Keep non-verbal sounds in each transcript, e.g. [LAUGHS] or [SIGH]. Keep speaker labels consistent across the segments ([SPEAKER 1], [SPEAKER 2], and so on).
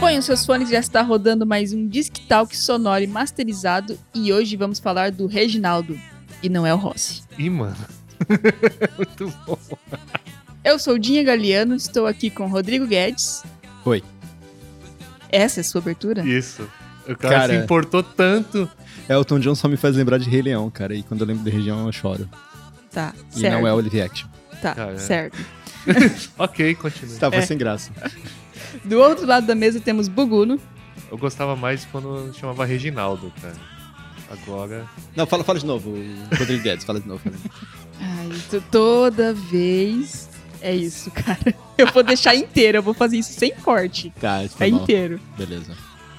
[SPEAKER 1] Põe os seus fones, já está rodando mais um Disc Talk sonoro e masterizado e hoje vamos falar do Reginaldo e não é o Rossi.
[SPEAKER 2] Ih, mano. [LAUGHS] Muito bom.
[SPEAKER 1] Eu sou Dinha Galeano, estou aqui com Rodrigo Guedes.
[SPEAKER 3] Oi.
[SPEAKER 1] Essa é sua abertura?
[SPEAKER 2] Isso. O cara,
[SPEAKER 3] Cara.
[SPEAKER 2] se importou tanto.
[SPEAKER 3] Elton John só me faz lembrar de Rei Leão, cara. E quando eu lembro de Rei Leão, eu choro.
[SPEAKER 1] Tá,
[SPEAKER 3] E
[SPEAKER 1] certo.
[SPEAKER 3] não é o Ah, é. live action.
[SPEAKER 1] Tá,
[SPEAKER 2] Cara.
[SPEAKER 1] certo.
[SPEAKER 2] Ok, continua.
[SPEAKER 3] Tava
[SPEAKER 1] É.
[SPEAKER 3] Tá, sem graça.
[SPEAKER 1] Do outro lado da mesa temos Buguno.
[SPEAKER 2] Eu gostava mais quando chamava Reginaldo, cara. Agora.
[SPEAKER 3] Não, fala, fala de novo, Rodrigo Guedes, fala de novo. cara.
[SPEAKER 1] Ai, tu- toda vez. É isso, [LAUGHS] cara. Eu vou deixar inteiro, eu vou fazer isso sem corte.
[SPEAKER 3] [LAUGHS] Tá, isso
[SPEAKER 1] É
[SPEAKER 3] foi mal.
[SPEAKER 1] inteiro.
[SPEAKER 3] Beleza.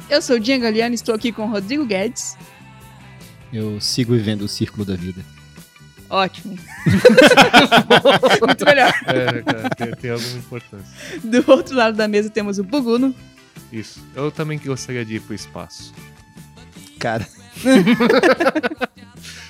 [SPEAKER 1] Eu sou o Dinha Galeano, estou aqui com o Rodrigo Guedes.
[SPEAKER 3] Eu sigo vivendo o círculo da vida.
[SPEAKER 1] [LAUGHS] Ótimo. Muito melhor.
[SPEAKER 2] É, cara, tem, tem alguma importância.
[SPEAKER 1] Do outro lado da mesa temos o Buguno.
[SPEAKER 2] Isso. Eu também gostaria de ir pro espaço.
[SPEAKER 3] Cara,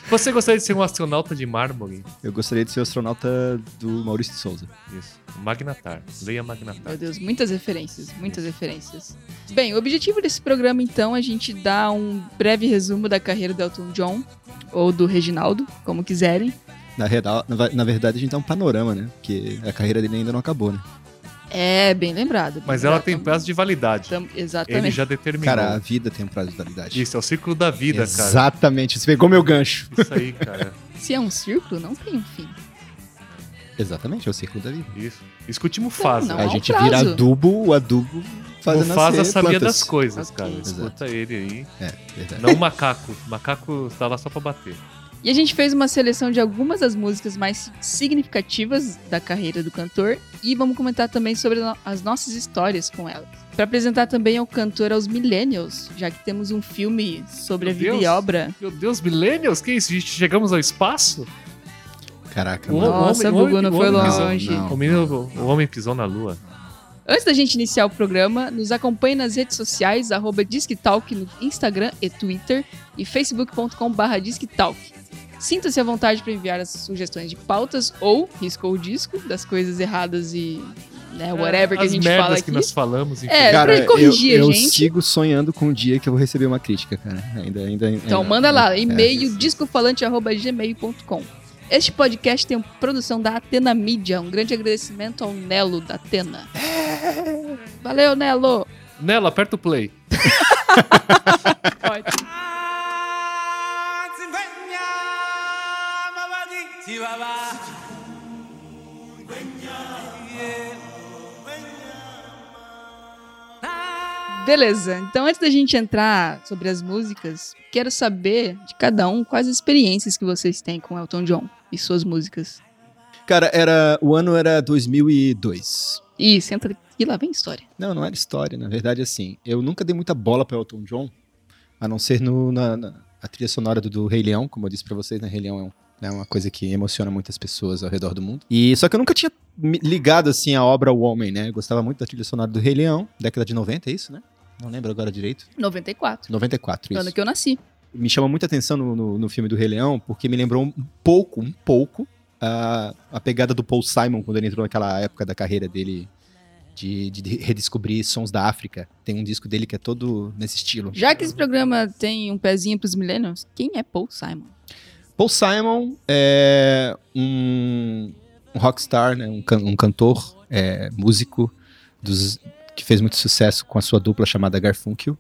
[SPEAKER 2] Você gostaria de ser um astronauta de mármore?
[SPEAKER 3] eu gostaria de ser o astronauta do Maurício de Souza.
[SPEAKER 2] Isso. Magnatar. Leia Magnatar.
[SPEAKER 1] Meu Deus, muitas referências, muitas referências. Bem, o objetivo desse programa, então, é a gente dar um breve resumo da carreira do Elton John, ou do Reginaldo, como quiserem.
[SPEAKER 3] Na, real, na, va- na verdade, a gente dá um panorama, né? Porque a carreira dele ainda não acabou, né?
[SPEAKER 1] É, bem lembrado. bem
[SPEAKER 2] Mas ela
[SPEAKER 1] lembrado.
[SPEAKER 2] tem prazo de validade.
[SPEAKER 1] Tam-
[SPEAKER 2] Ele
[SPEAKER 1] Exatamente.
[SPEAKER 2] já determinou.
[SPEAKER 3] Cara, a vida tem um prazo de validade.
[SPEAKER 2] Isso, é o ciclo da vida, cara.
[SPEAKER 3] Exatamente, você pegou meu gancho.
[SPEAKER 2] Isso aí, cara.
[SPEAKER 1] Se é um círculo, não tem um fim.
[SPEAKER 3] Exatamente, é o círculo da vida.
[SPEAKER 2] Isso. né? Escute Mufasa.
[SPEAKER 1] Não,
[SPEAKER 3] a
[SPEAKER 1] é um
[SPEAKER 3] gente
[SPEAKER 1] prazo.
[SPEAKER 3] vira adubo, o adubo fazendo
[SPEAKER 2] Mufasa sabia
[SPEAKER 3] plantas.
[SPEAKER 2] das coisas,
[SPEAKER 1] Ok.
[SPEAKER 2] cara.
[SPEAKER 3] Exato.
[SPEAKER 2] Escuta ele aí.
[SPEAKER 3] É, verdade.
[SPEAKER 2] Não o macaco. O macaco tá lá só pra bater.
[SPEAKER 1] E a gente fez uma seleção de algumas das músicas mais significativas da carreira do cantor e vamos comentar também sobre no- as nossas histórias com ela. Pra apresentar também o cantor aos millennials, já que temos um filme sobre
[SPEAKER 2] Meu
[SPEAKER 1] a vida
[SPEAKER 2] Deus.
[SPEAKER 1] e obra.
[SPEAKER 2] Meu Deus, millennials? Que isso? Gente, Chegamos ao espaço?
[SPEAKER 3] Caraca,
[SPEAKER 2] Uou.
[SPEAKER 3] mano.
[SPEAKER 1] Nossa,
[SPEAKER 2] homem-
[SPEAKER 1] Gugu não
[SPEAKER 2] homem-
[SPEAKER 1] foi
[SPEAKER 2] homem-
[SPEAKER 1] longe.
[SPEAKER 3] Não,
[SPEAKER 2] o, menino, o homem pisou na lua.
[SPEAKER 1] Antes da gente iniciar o programa, nos acompanhe nas redes sociais, arroba DiscTalk no Instagram e Twitter e facebook.com.br DiscTalk. Sinta-se à vontade para enviar as sugestões de pautas ou riscou o disco das coisas erradas e né, whatever que a
[SPEAKER 2] É, As
[SPEAKER 1] gente
[SPEAKER 2] merdas
[SPEAKER 1] fala aqui.
[SPEAKER 2] que nós falamos.
[SPEAKER 1] É,
[SPEAKER 2] enfim.
[SPEAKER 1] pra ele corrigir a
[SPEAKER 3] eu, eu
[SPEAKER 1] gente.
[SPEAKER 3] sigo sonhando com o dia que eu vou receber uma crítica, cara. Ainda, ainda,
[SPEAKER 1] Então
[SPEAKER 3] ainda-
[SPEAKER 1] manda lá,
[SPEAKER 3] é.
[SPEAKER 1] e-mail
[SPEAKER 2] isso.
[SPEAKER 1] discofalante.gmail.com. Este podcast tem uma produção da Atena Media. Um grande agradecimento ao Nelo da Atena. Valeu, Nelo!
[SPEAKER 2] Nela, aperta o play.
[SPEAKER 1] Ótimo. Beleza, então antes da gente entrar sobre as músicas, quero saber de cada um quais as experiências que vocês têm com Elton John e suas músicas.
[SPEAKER 3] Cara, era, o ano era 2002.
[SPEAKER 1] Ih, senta aqui, lá vem história.
[SPEAKER 3] Não, não era história. Na verdade, assim, eu nunca dei muita bola pra Elton John, a não ser no, na, na- a trilha sonora do, do Rei Leão, como eu disse pra vocês, né? Rei Leão é, um- é uma coisa que emociona muitas pessoas ao redor do mundo. E só que eu nunca tinha me ligado, assim, a obra ao homem, né? Eu gostava muito da trilha sonora do Rei Leão, década de 90, é isso, né? Não lembro agora direito.
[SPEAKER 1] 94,
[SPEAKER 3] 94, isso.
[SPEAKER 1] ano que eu nasci.
[SPEAKER 3] me chama muita atenção no, no, no filme do Rei Leão, porque me lembrou um pouco, um pouco, a, a pegada do Paul Simon quando ele entrou naquela época da carreira dele de, de redescobrir sons da África. Tem um disco dele que é todo nesse estilo.
[SPEAKER 1] Já que esse programa tem um pezinho pros millennials, quem é Paul Simon?
[SPEAKER 3] Paul Simon é um, um rockstar, né? um, can- um cantor, é, músico dos- que fez muito sucesso com a sua dupla chamada Garfunkel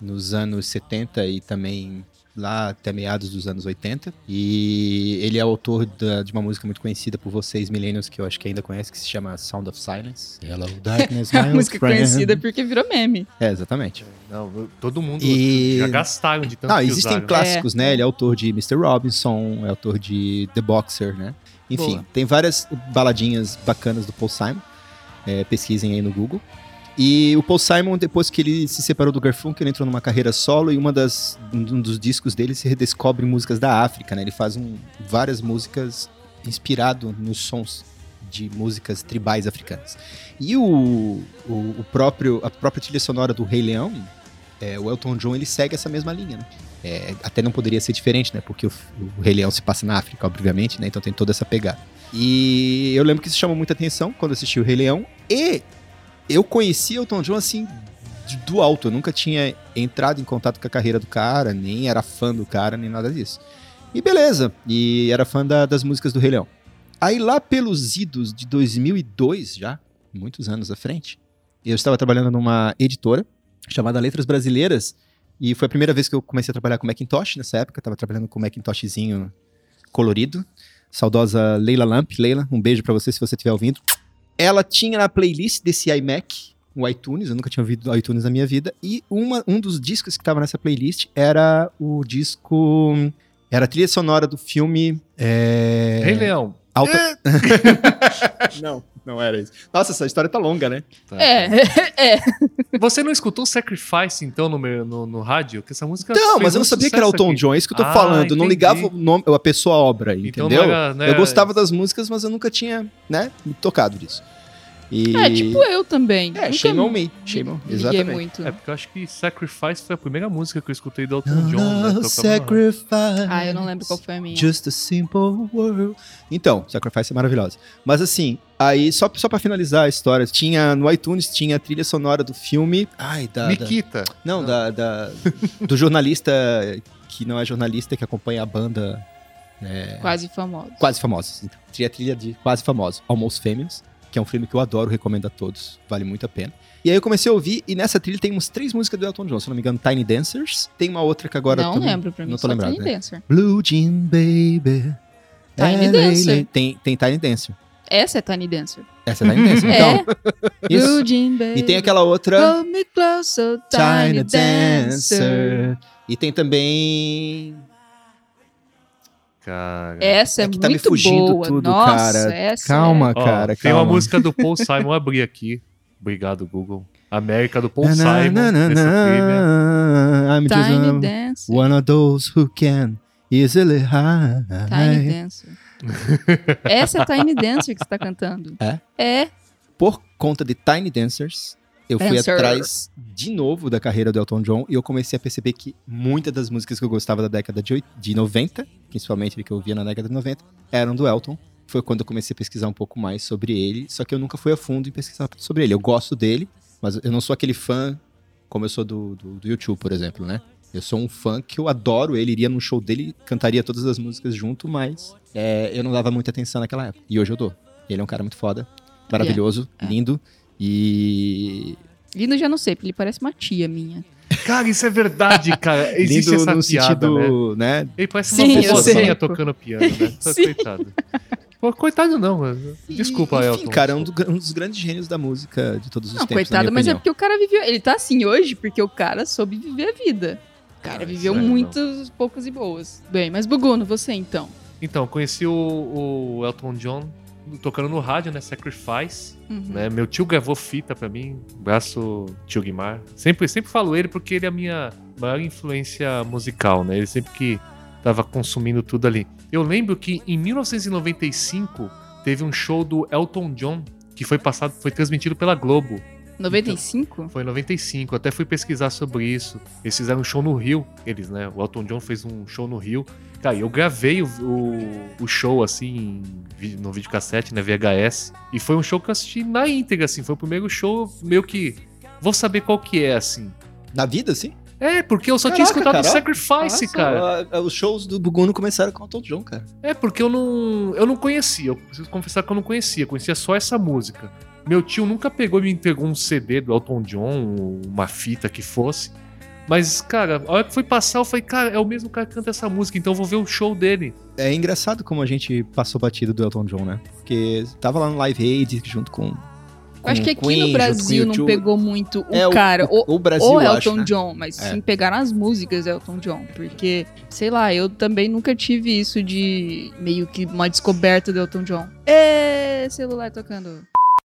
[SPEAKER 3] nos anos 70 e também lá até meados dos anos 80. E ele é autor da- de uma música muito conhecida por vocês, millennials, que eu acho que ainda conhece, que se chama Sound of Silence. Hello, [LAUGHS] darkness,
[SPEAKER 1] É
[SPEAKER 3] my
[SPEAKER 1] uma
[SPEAKER 3] old
[SPEAKER 1] música
[SPEAKER 3] friend.
[SPEAKER 1] conhecida porque virou meme.
[SPEAKER 3] É, exatamente.
[SPEAKER 2] Não, eu- todo mundo
[SPEAKER 3] E-
[SPEAKER 2] já gastaram de tanto
[SPEAKER 3] Não,
[SPEAKER 2] que
[SPEAKER 3] existem
[SPEAKER 2] usaram.
[SPEAKER 3] clássicos, né? Ele é autor de Mr. Robinson, é autor de The Boxer, né? Enfim,
[SPEAKER 1] Boa.
[SPEAKER 3] tem várias baladinhas bacanas do Paul Simon. É, pesquisem aí no Google. E o Paul Simon, depois que ele se separou do Garfunkel, ele entrou numa carreira solo e uma das, um dos discos dele se redescobre músicas da África, né? Ele faz um- várias músicas inspirado nos sons de músicas tribais africanas. E o, o, o próprio, a própria trilha sonora do Rei Leão, é, o Elton John, ele segue essa mesma linha, né? É, até não poderia ser diferente, né? Porque o, o Rei Leão se passa na África, obviamente, né? Então tem toda essa pegada. E eu lembro que isso chamou muita atenção quando assisti o Rei Leão. E eu conheci Elton John assim de- do alto. Eu nunca tinha entrado em contato com a carreira do cara, nem era fã do cara, nem nada disso. E beleza, e era fã da- das músicas do Rei Leão. Aí lá pelos idos de 2002 já, muitos anos à frente, eu estava trabalhando numa editora chamada Letras Brasileiras e foi a primeira vez que eu comecei a trabalhar com Macintosh nessa época, eu estava trabalhando com um Macintoshzinho colorido. Saudosa Leila Lamp, Leila, um beijo pra você se você estiver ouvindo. Ela tinha na playlist desse iMac o iTunes, eu nunca tinha ouvido iTunes na minha vida, e uma, um dos discos que estava nessa playlist era o disco. Era a trilha sonora do filme. é,
[SPEAKER 2] Rei Leão.
[SPEAKER 3] Alta... É. [LAUGHS] não, não era isso. Nossa, essa história tá longa, né?
[SPEAKER 2] Tá.
[SPEAKER 1] É, é.
[SPEAKER 2] Você não escutou Sacrifice, então, no, meu- no, no rádio? Que essa música.
[SPEAKER 3] Não,
[SPEAKER 2] fez
[SPEAKER 3] mas eu não
[SPEAKER 2] muito
[SPEAKER 3] sabia que era
[SPEAKER 2] Tá sucesso
[SPEAKER 3] Elton
[SPEAKER 2] aqui.
[SPEAKER 3] John, é isso que eu tô
[SPEAKER 2] Ah,
[SPEAKER 3] falando. Eu não
[SPEAKER 2] entendi.
[SPEAKER 3] ligava o nome, a pessoa à obra,
[SPEAKER 2] Então
[SPEAKER 3] entendeu?
[SPEAKER 2] não era- não
[SPEAKER 3] Eu
[SPEAKER 2] era-
[SPEAKER 3] gostava das músicas, mas eu nunca tinha, né, me tocado disso. E...
[SPEAKER 1] É, tipo eu também.
[SPEAKER 3] É,
[SPEAKER 1] Nunca
[SPEAKER 3] Shame on
[SPEAKER 1] me
[SPEAKER 3] Me. Shame on
[SPEAKER 1] liguei
[SPEAKER 3] Exatamente.
[SPEAKER 1] muito.
[SPEAKER 2] É, porque eu acho que Sacrifice foi a primeira música que eu escutei do Elton
[SPEAKER 3] No,
[SPEAKER 2] John, né?
[SPEAKER 3] no,
[SPEAKER 2] Tocava na rádio.
[SPEAKER 3] sacrifice.
[SPEAKER 1] Ah, eu não lembro qual foi a minha.
[SPEAKER 3] Just a simple world. Então, Sacrifice é maravilhosa. Mas assim, aí, só, só pra finalizar a história, tinha no iTunes, tinha a trilha sonora do filme. Ai, da. da-
[SPEAKER 2] Nikita.
[SPEAKER 3] não, Da, da- do jornalista que não é jornalista, que acompanha a banda
[SPEAKER 1] É. Quase famosa.
[SPEAKER 3] Quase Famosos. Então, tinha a trilha de Quase Famosos, Almost Famous, que é um filme que eu adoro, recomendo a todos, vale muito a pena. E aí eu comecei a ouvir, e nessa trilha tem umas três músicas do Elton John, se eu não me engano, Tiny Dancers, tem uma outra que agora... eu
[SPEAKER 1] não
[SPEAKER 3] também-
[SPEAKER 1] lembro pra mim.
[SPEAKER 3] não tô
[SPEAKER 1] só
[SPEAKER 3] lembrado,
[SPEAKER 1] Tiny
[SPEAKER 3] né?
[SPEAKER 1] Dancer.
[SPEAKER 3] Blue Jean Baby.
[SPEAKER 1] Tiny
[SPEAKER 3] LA.
[SPEAKER 1] Dancer.
[SPEAKER 3] Tem, tem Tiny Dancer.
[SPEAKER 1] Essa é Tiny Dancer.
[SPEAKER 3] Essa é Tiny
[SPEAKER 1] [LAUGHS]
[SPEAKER 3] Dancer.
[SPEAKER 1] É.
[SPEAKER 3] Então, isso.
[SPEAKER 1] Blue Jean Baby.
[SPEAKER 3] E tem aquela outra.
[SPEAKER 1] Hold me closer, Tiny,
[SPEAKER 3] Tiny
[SPEAKER 1] Dancer.
[SPEAKER 3] Dancer. E tem também.
[SPEAKER 2] Cara.
[SPEAKER 1] Essa é,
[SPEAKER 3] É que
[SPEAKER 1] muito
[SPEAKER 3] tá me fugindo
[SPEAKER 1] boa.
[SPEAKER 3] tudo,
[SPEAKER 1] Nossa,
[SPEAKER 3] cara.
[SPEAKER 1] essa é
[SPEAKER 3] Calma,
[SPEAKER 2] Ó,
[SPEAKER 3] Ah, cara.
[SPEAKER 2] Tem
[SPEAKER 3] calma.
[SPEAKER 2] uma música do
[SPEAKER 3] [LAUGHS]
[SPEAKER 2] Paul Simon, eu abri aqui. Obrigado, Google. América do Paul Simon. nessa trilha.
[SPEAKER 1] é.
[SPEAKER 3] I'm just
[SPEAKER 1] Tiny
[SPEAKER 3] a-
[SPEAKER 1] Dancer.
[SPEAKER 3] one of those who can easily hide.
[SPEAKER 1] Tiny Dancer. Essa é a Tiny Dancer que você tá cantando. É? É.
[SPEAKER 3] Por conta de Tiny Dancers, eu fui
[SPEAKER 1] Dancer.
[SPEAKER 3] atrás de novo da carreira do Elton John e eu comecei a perceber que muitas das músicas que eu gostava da década de, oit- de 90, principalmente que eu via na década de 90, eram do Elton. Foi quando eu comecei a pesquisar um pouco mais sobre ele, só que eu nunca fui a fundo em pesquisar sobre ele. Eu gosto dele, mas eu não sou aquele fã como eu sou do, do, do YouTube, por exemplo, né? Eu sou um fã que eu adoro ele, iria num show dele, cantaria todas as músicas junto, mas é, eu não dava muita atenção naquela época. E hoje eu dou. Ele é um cara muito foda, maravilhoso,
[SPEAKER 1] É.
[SPEAKER 3] lindo e.
[SPEAKER 1] Lindo já não sei, porque ele parece uma tia minha.
[SPEAKER 2] Cara, isso é verdade,
[SPEAKER 3] [LAUGHS]
[SPEAKER 2] cara. Existe
[SPEAKER 3] lindo
[SPEAKER 2] essa
[SPEAKER 3] no
[SPEAKER 2] piada, né?
[SPEAKER 3] sentido, né?
[SPEAKER 2] Ele parece
[SPEAKER 1] Sim, eu
[SPEAKER 2] uma
[SPEAKER 3] sei.
[SPEAKER 2] pessoazinha tocando piano,
[SPEAKER 1] [LAUGHS]
[SPEAKER 2] né? Só
[SPEAKER 1] Sim.
[SPEAKER 2] Coitado. Pô, coitado não, mano. Desculpa,
[SPEAKER 3] Enfim,
[SPEAKER 2] Elton.
[SPEAKER 3] cara, é um, do- um dos grandes gênios da música de todos os
[SPEAKER 1] Não,
[SPEAKER 3] tempos. na
[SPEAKER 1] coitado,
[SPEAKER 3] minha
[SPEAKER 1] mas é
[SPEAKER 3] opinião.
[SPEAKER 1] porque o cara viveu. Ele tá assim hoje porque o cara soube viver a vida. O cara
[SPEAKER 2] Ah,
[SPEAKER 1] viveu
[SPEAKER 2] isso é, não.
[SPEAKER 1] muitas poucas e boas. Bem, mas Buguno, você então.
[SPEAKER 2] Então, conheci o, o Elton John tocando no rádio, né? Sacrifice.
[SPEAKER 1] Uhum.
[SPEAKER 2] né? Meu tio gravou fita pra mim, braço tio Guimar. Sempre, sempre falo ele porque ele é a minha maior influência musical, né? Ele sempre que tava consumindo tudo ali. Eu lembro que em 1995 teve um show do Elton John que foi passado, foi transmitido pela Globo.
[SPEAKER 1] 95?
[SPEAKER 2] Foi em 95, até fui pesquisar sobre isso. Eles fizeram um show no Rio, eles, né? O Elton John fez um show no Rio. Cara, eu gravei o, o, o show, assim, em vi- no videocassete, né? VHS. E foi um show que eu assisti na íntegra, assim. Foi o primeiro show, meio que. Vou saber qual que é, assim.
[SPEAKER 3] Na vida, assim?
[SPEAKER 2] É, porque eu só tinha
[SPEAKER 3] Caraca,
[SPEAKER 2] escutado
[SPEAKER 3] cara, ó.
[SPEAKER 2] Sacrifice, cara.
[SPEAKER 3] a- a- Os shows do Buguno começaram com o Elton John, cara.
[SPEAKER 2] É, porque eu não, eu não conhecia. Eu preciso confessar que eu não conhecia. Eu conhecia só essa música. Meu tio nunca pegou e me entregou um CD do Elton John, uma fita que fosse. Mas, cara, a hora que foi passar, eu falei, cara, é o mesmo cara que canta essa música, então eu vou ver o show dele.
[SPEAKER 3] É engraçado como a gente passou batido do Elton John, né? Porque tava lá no Live Aid junto com.
[SPEAKER 1] Eu acho
[SPEAKER 3] Então, com
[SPEAKER 1] que aqui
[SPEAKER 3] Queen,
[SPEAKER 1] no
[SPEAKER 3] junto com
[SPEAKER 1] Brasil não
[SPEAKER 3] YouTube.
[SPEAKER 1] pegou muito o
[SPEAKER 3] É,
[SPEAKER 1] cara. O,
[SPEAKER 3] O Brasil,
[SPEAKER 1] ou
[SPEAKER 3] eu
[SPEAKER 1] Elton
[SPEAKER 3] acho, né?
[SPEAKER 1] John, mas
[SPEAKER 3] É.
[SPEAKER 1] sim pegaram as músicas Elton John, porque, sei lá, eu também nunca tive isso de meio que uma descoberta do Elton John. É, celular tocando.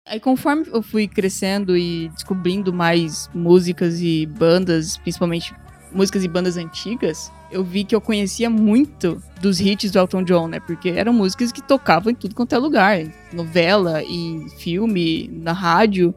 [SPEAKER 1] Aí conforme eu fui crescendo e descobrindo mais músicas e bandas, principalmente músicas e bandas antigas, eu vi que eu conhecia muito dos hits do Elton John, né? Porque eram músicas que tocavam em tudo quanto é lugar, em novela e filme, na rádio.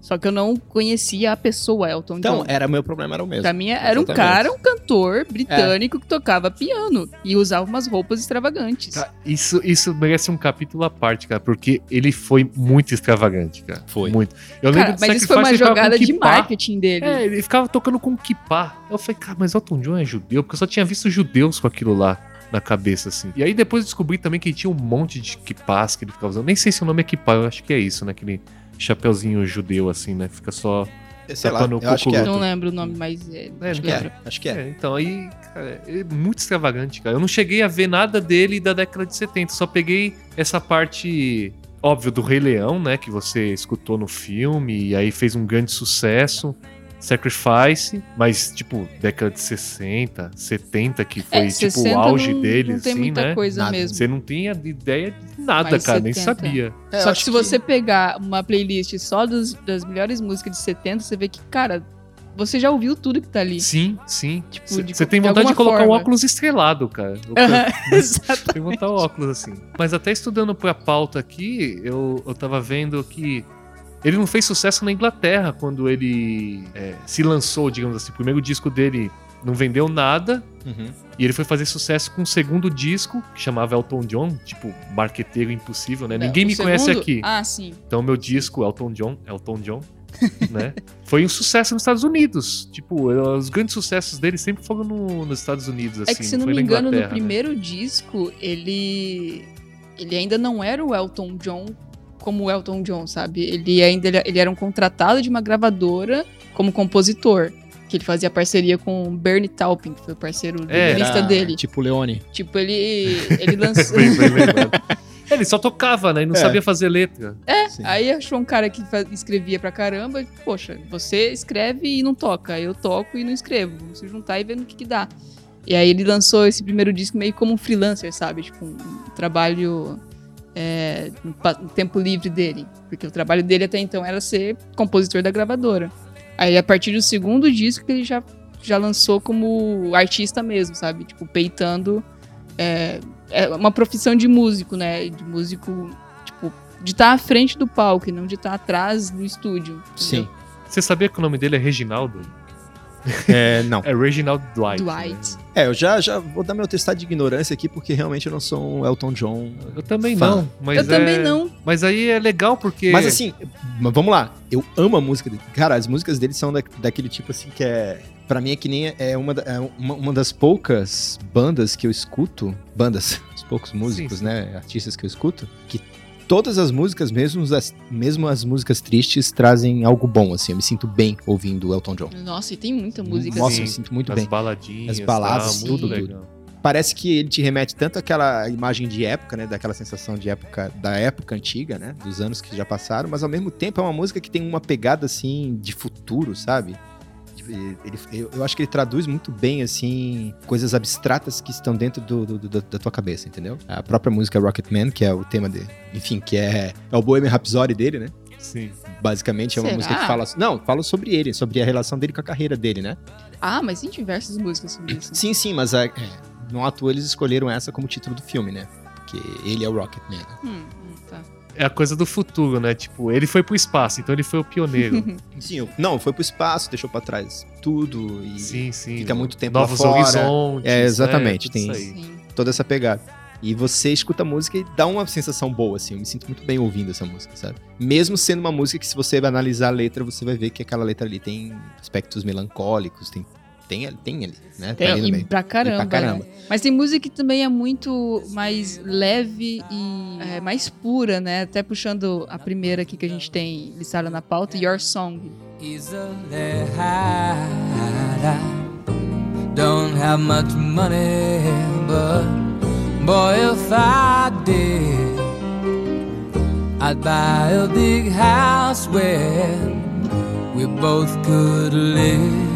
[SPEAKER 1] Só que eu não conhecia a pessoa Elton
[SPEAKER 3] Então,
[SPEAKER 1] John.
[SPEAKER 3] era meu problema, era o mesmo.
[SPEAKER 1] Pra mim era um
[SPEAKER 3] exatamente.
[SPEAKER 1] cara, um cantor britânico que tocava piano e usava umas roupas extravagantes.
[SPEAKER 2] Cara, Tá, Isso, isso merece um capítulo à parte, cara, porque ele foi muito extravagante, cara.
[SPEAKER 3] Foi.
[SPEAKER 2] Muito. Eu
[SPEAKER 1] Cara,
[SPEAKER 2] do
[SPEAKER 1] mas isso foi
[SPEAKER 2] Sacrifice,
[SPEAKER 1] uma
[SPEAKER 2] ele ficava com
[SPEAKER 1] jogada de
[SPEAKER 2] kippah.
[SPEAKER 1] marketing dele.
[SPEAKER 2] É, ele ficava tocando com kippah. Eu falei, cara, mas Elton John é judeu? Porque eu só tinha visto judeus com aquilo lá na cabeça, assim. E aí depois eu descobri também que ele tinha um monte de kippahs que ele ficava usando. Nem sei se o nome é kippah, eu acho que é isso, né? Aquele chapeuzinho judeu, assim, né? Fica só...
[SPEAKER 3] Sei lá,
[SPEAKER 2] Tacando o
[SPEAKER 3] eu acho que é.
[SPEAKER 1] Não lembro o nome, mas é,
[SPEAKER 2] É,
[SPEAKER 1] acho que
[SPEAKER 2] não
[SPEAKER 1] lembro.
[SPEAKER 3] É, acho que é.
[SPEAKER 2] É, então aí, cara, é muito extravagante, cara. Eu não cheguei a ver nada dele da década de 70, só peguei essa parte, óbvio, do Rei Leão, né? Que você escutou no filme, e aí fez um grande sucesso. Sacrifice, mas tipo, década de 60, 70, que foi
[SPEAKER 1] É,
[SPEAKER 2] tipo
[SPEAKER 1] 60
[SPEAKER 2] o auge
[SPEAKER 1] não,
[SPEAKER 2] dele,
[SPEAKER 1] não tem
[SPEAKER 2] assim,
[SPEAKER 1] muita
[SPEAKER 2] né?
[SPEAKER 1] coisa
[SPEAKER 3] Nada.
[SPEAKER 1] mesmo.
[SPEAKER 2] Você não tinha ideia de nada,
[SPEAKER 1] Mas
[SPEAKER 2] cara, nem
[SPEAKER 1] 70.
[SPEAKER 2] sabia.
[SPEAKER 3] É, eu
[SPEAKER 1] só que
[SPEAKER 3] acho
[SPEAKER 1] se você pegar uma playlist só dos- das melhores músicas de 70, você vê que, cara, você já ouviu tudo que tá ali.
[SPEAKER 2] Sim, sim.
[SPEAKER 1] Tipo,
[SPEAKER 2] Você
[SPEAKER 1] de-
[SPEAKER 2] tem
[SPEAKER 1] de
[SPEAKER 2] vontade de
[SPEAKER 1] alguma
[SPEAKER 2] colocar um
[SPEAKER 1] forma.
[SPEAKER 2] óculos estrelado, cara.
[SPEAKER 1] [LAUGHS] Aham,
[SPEAKER 2] Tem que botar o óculos assim. Mas até estudando pra pauta aqui, eu, eu tava vendo que ele não fez sucesso na Inglaterra quando ele é, se lançou, digamos assim. O primeiro disco dele não vendeu nada.
[SPEAKER 3] Uhum.
[SPEAKER 2] E ele foi fazer sucesso com o segundo disco, que chamava Elton John, tipo, marqueteiro impossível, né? Ninguém
[SPEAKER 1] O
[SPEAKER 2] me conhece
[SPEAKER 1] segundo-
[SPEAKER 2] aqui.
[SPEAKER 1] Ah, sim.
[SPEAKER 2] Então, meu disco, Elton John, Elton John, né? [LAUGHS] Foi um sucesso nos Estados Unidos. Tipo, eu- os grandes sucessos dele sempre foram no- nos Estados Unidos, assim.
[SPEAKER 1] é que, se não
[SPEAKER 2] foi
[SPEAKER 1] me
[SPEAKER 2] na
[SPEAKER 1] engano, no
[SPEAKER 2] Inglaterra, né?
[SPEAKER 1] primeiro disco, ele. Ele ainda não era o Elton John como o Elton John, sabe? Ele ainda ele, ele era um contratado de uma gravadora como compositor. Que ele fazia parceria com o Bernie Taupin, que foi o parceiro
[SPEAKER 2] É,
[SPEAKER 1] é,
[SPEAKER 3] Era
[SPEAKER 1] dele.
[SPEAKER 3] Tipo Leone.
[SPEAKER 1] Tipo, ele,
[SPEAKER 2] [LAUGHS]
[SPEAKER 1] ele lançou.
[SPEAKER 2] Bem- bem lembrado. [LAUGHS] Ele só tocava, né? E não
[SPEAKER 3] É.
[SPEAKER 2] sabia fazer letra.
[SPEAKER 3] É,
[SPEAKER 1] Aí achou um cara que fa- escrevia pra caramba. e, Poxa, você escreve e não toca. Eu toco e não escrevo. Vamos se juntar e ver no que, que dá. E aí ele lançou esse primeiro disco meio como um freelancer, sabe? Tipo, um trabalho é, no, pa- no tempo livre dele. Porque o trabalho dele até então era ser compositor da gravadora. Aí a partir do segundo disco que ele já, já lançou como artista mesmo, sabe? Tipo, peitando. É, é uma profissão de músico, né? De músico, tipo, de estar à frente do palco e não de estar atrás no estúdio.
[SPEAKER 3] Sim.
[SPEAKER 1] entendeu?
[SPEAKER 2] Você sabia que o nome dele é Reginaldo?
[SPEAKER 3] É, não.
[SPEAKER 2] É Reginald Dwight.
[SPEAKER 1] Dwight.
[SPEAKER 2] né?
[SPEAKER 3] É, eu já, já vou dar meu testado de ignorância aqui, porque realmente eu não sou um Elton John.
[SPEAKER 2] Eu também
[SPEAKER 3] Fã.
[SPEAKER 2] não. Mas
[SPEAKER 1] Eu também
[SPEAKER 2] é-
[SPEAKER 1] não.
[SPEAKER 2] Mas aí é legal porque.
[SPEAKER 3] Mas assim, mas vamos lá. Eu amo a música dele. Cara, as músicas dele são da- daquele tipo assim que é. Pra mim é que nem. É uma, da- é uma, uma das poucas bandas que eu escuto. Bandas, [LAUGHS] os poucos músicos,
[SPEAKER 2] sim.
[SPEAKER 3] né? Artistas que eu escuto. Que todas as músicas, mesmo as, mesmo as músicas tristes, trazem algo bom, assim. Eu me sinto bem ouvindo o Elton John.
[SPEAKER 1] Nossa, e tem muita música
[SPEAKER 3] Nossa,
[SPEAKER 1] assim.
[SPEAKER 3] eu me
[SPEAKER 2] Sim.
[SPEAKER 3] sinto muito
[SPEAKER 2] as
[SPEAKER 3] bem.
[SPEAKER 2] baladinhas.
[SPEAKER 3] As baladas,
[SPEAKER 2] tal, muito
[SPEAKER 1] tudo,
[SPEAKER 2] legal.
[SPEAKER 3] parece que ele te remete tanto àquela imagem de época, né? Daquela sensação de época, da época antiga, né? Dos anos que já passaram, mas ao mesmo tempo é uma música que tem uma pegada, assim, de futuro, sabe? Tipo, e- ele- eu, eu acho que ele traduz muito bem, assim, coisas abstratas que estão dentro do, do- do- da tua cabeça, entendeu? A própria música Rocketman, que é o tema dele, enfim, que é, é o Bohemian Rhapsody dele, né?
[SPEAKER 2] Sim.
[SPEAKER 3] Basicamente é uma
[SPEAKER 1] Será?
[SPEAKER 3] música que fala... Não, fala sobre ele, sobre a relação dele com a carreira dele, né?
[SPEAKER 1] Ah, mas tem diversas músicas sobre isso.
[SPEAKER 3] Sim, sim, mas é, é, não à toa eles escolheram essa como título do filme, né? Porque ele é o Rocketman. né?
[SPEAKER 1] Hum, hum, tá.
[SPEAKER 2] É a coisa do futuro, né? Tipo, ele foi pro espaço, então ele foi o pioneiro.
[SPEAKER 1] [LAUGHS]
[SPEAKER 3] Sim, eu- não, foi pro espaço, deixou pra trás tudo e
[SPEAKER 2] sim, sim.
[SPEAKER 3] fica muito tempo
[SPEAKER 2] Novos
[SPEAKER 3] lá fora.
[SPEAKER 2] horizontes.
[SPEAKER 3] É, exatamente,
[SPEAKER 2] Né? Tudo isso
[SPEAKER 3] tem-
[SPEAKER 2] aí.
[SPEAKER 1] Sim.
[SPEAKER 3] Toda essa pegada. E você escuta a música e dá uma sensação boa, assim. Eu me sinto muito bem ouvindo essa música, sabe? Mesmo sendo uma música que, se você analisar a letra, você vai ver que aquela letra ali tem aspectos melancólicos, tem, tem, ali- tem ali, né?
[SPEAKER 1] Tem,
[SPEAKER 3] tá ali no
[SPEAKER 1] e
[SPEAKER 3] meio.
[SPEAKER 1] pra caramba.
[SPEAKER 3] E pra caramba.
[SPEAKER 1] né? Mas tem música que também é muito mais leve e é, mais pura, né? Até puxando a primeira aqui que a gente tem listada na pauta, Your Song.
[SPEAKER 4] easily hide. I don't have much money, but boy, if I did, I'd buy a big house where we both could live.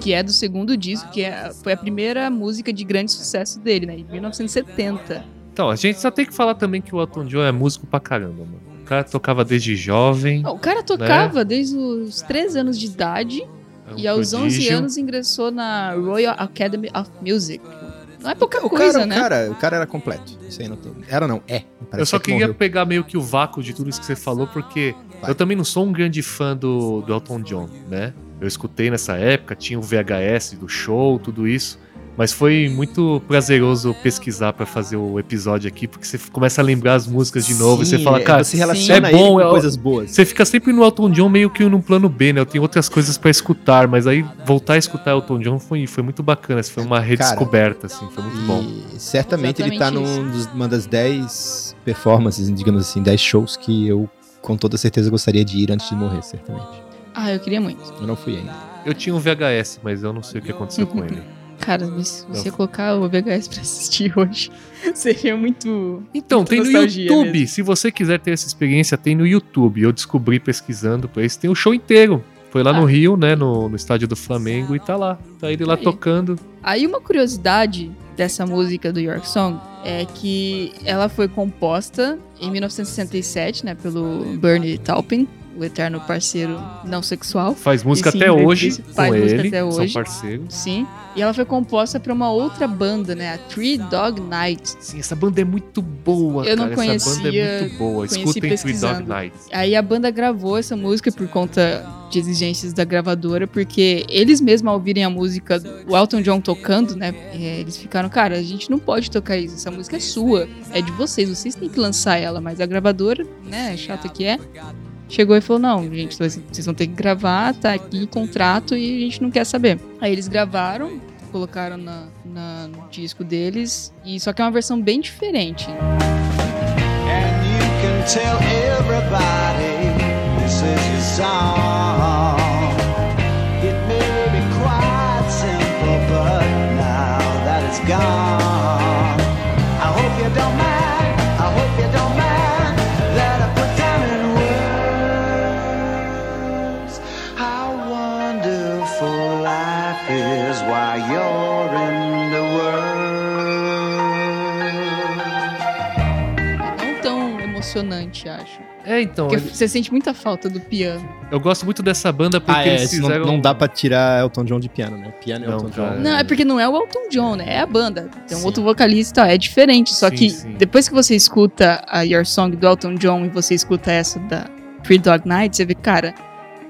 [SPEAKER 1] que é do segundo disco, que é- foi a primeira música de grande sucesso dele, né? Em 1970.
[SPEAKER 2] Então, a gente só tem que falar também que o Elton John é músico pra caramba, mano. O cara tocava desde jovem.
[SPEAKER 1] Não, O cara tocava desde os 13 anos de idade
[SPEAKER 2] Né? é um
[SPEAKER 1] e aos 11
[SPEAKER 2] prodígio.
[SPEAKER 1] anos ingressou na Royal Academy of Music. Não é pouca
[SPEAKER 3] O
[SPEAKER 1] coisa,
[SPEAKER 3] cara,
[SPEAKER 1] né?
[SPEAKER 3] o, cara, o cara era completo. Isso aí não tem. Era não, é. Parece
[SPEAKER 2] eu só
[SPEAKER 3] que
[SPEAKER 2] queria
[SPEAKER 3] morreu.
[SPEAKER 2] pegar meio que o vácuo de tudo isso que você falou, porque
[SPEAKER 3] Vai.
[SPEAKER 2] eu também não sou um grande fã do, do Elton John, né? Eu escutei nessa época, tinha o VHS do show, tudo isso. Mas foi muito prazeroso pesquisar pra fazer o episódio aqui, porque você começa a lembrar as músicas de novo
[SPEAKER 3] Sim,
[SPEAKER 2] e você fala,
[SPEAKER 3] é,
[SPEAKER 2] cara,
[SPEAKER 3] Você relaciona
[SPEAKER 2] é bom, é
[SPEAKER 3] ele com
[SPEAKER 2] o-
[SPEAKER 3] coisas boas.
[SPEAKER 2] você fica sempre no Elton John meio que num plano B, né? Eu tenho outras coisas pra escutar, mas aí voltar a escutar Elton John foi, foi muito bacana, assim, foi uma redescoberta, assim, foi muito bom.
[SPEAKER 3] E certamente ele tá
[SPEAKER 1] Exatamente
[SPEAKER 3] num dos, uma das 10 performances, digamos assim, 10 shows que eu com toda certeza gostaria de ir antes de morrer, certamente.
[SPEAKER 1] Ah, eu queria muito.
[SPEAKER 3] Eu não fui ainda.
[SPEAKER 2] Eu tinha um VHS, mas eu não sei o que aconteceu com ele.
[SPEAKER 1] Cara, mas se você
[SPEAKER 2] Não.
[SPEAKER 1] colocar o VHS pra assistir hoje, [LAUGHS] seria muito.
[SPEAKER 2] Então, tem no
[SPEAKER 1] nostalgia
[SPEAKER 2] YouTube.
[SPEAKER 1] mesmo.
[SPEAKER 2] Se você quiser ter essa experiência, tem no YouTube. Eu descobri pesquisando por isso. Tem o show inteiro. Foi lá no Rio, né? No, no estádio do Flamengo e tá lá. Tá ele lá
[SPEAKER 1] Ah. Aí.
[SPEAKER 2] tocando.
[SPEAKER 1] Aí uma curiosidade dessa música do York Song é que ela foi composta em 1967, né, pelo Bernie Taupin, o eterno parceiro não sexual.
[SPEAKER 2] Faz música
[SPEAKER 1] sim,
[SPEAKER 2] até
[SPEAKER 1] ele
[SPEAKER 2] hoje com
[SPEAKER 1] faz música
[SPEAKER 2] ele.
[SPEAKER 1] até hoje.
[SPEAKER 2] São parceiros.
[SPEAKER 1] Sim. E ela foi composta pra uma outra banda, né? A Three Dog Night.
[SPEAKER 2] Sim, essa banda é muito boa,
[SPEAKER 1] Eu não
[SPEAKER 2] cara. essa banda
[SPEAKER 1] conhecia-
[SPEAKER 2] é muito boa.
[SPEAKER 1] conheci
[SPEAKER 2] Escutem Three Dog
[SPEAKER 1] pesquisando.
[SPEAKER 2] Night.
[SPEAKER 1] Aí a banda gravou essa música por conta de exigências da gravadora, porque eles mesmos ao ouvirem a música, o Elton John tocando, né? é, eles ficaram, cara, a gente não pode tocar isso, essa música é sua, é de vocês, vocês têm que lançar ela, mas a gravadora, né, chata que é, chegou e falou, não, gente, vocês vocês vão ter que gravar, tá aqui o contrato e a gente não quer saber. Aí eles gravaram, colocaram na, na- no disco deles, e só que é uma versão bem diferente. né,
[SPEAKER 5] And you can tell everybody this is your song. It may be quite simple, but now that it's gone, I hope you don't mind. I hope you don't mind that I put down in words how wonderful life is while you're in the world.
[SPEAKER 1] Não tão emocionante, acho.
[SPEAKER 2] É, então.
[SPEAKER 1] Porque
[SPEAKER 2] ele-
[SPEAKER 1] você sente muita falta do piano.
[SPEAKER 2] Eu gosto muito dessa banda porque
[SPEAKER 3] Ah, é,
[SPEAKER 2] eles
[SPEAKER 3] isso não,
[SPEAKER 2] fizeram. um
[SPEAKER 3] não dá pra tirar Elton John de piano, né? Piano é
[SPEAKER 2] Não,
[SPEAKER 3] Elton
[SPEAKER 2] cara.
[SPEAKER 3] John.
[SPEAKER 1] Não, é porque não é o Elton John, né? É a banda. Tem um
[SPEAKER 3] Sim.
[SPEAKER 1] outro vocalista, é diferente. Só
[SPEAKER 2] Sim,
[SPEAKER 1] que
[SPEAKER 2] sim.
[SPEAKER 1] depois que você escuta a Your Song do Elton John e você escuta essa da Free Dog Night, você vê, cara,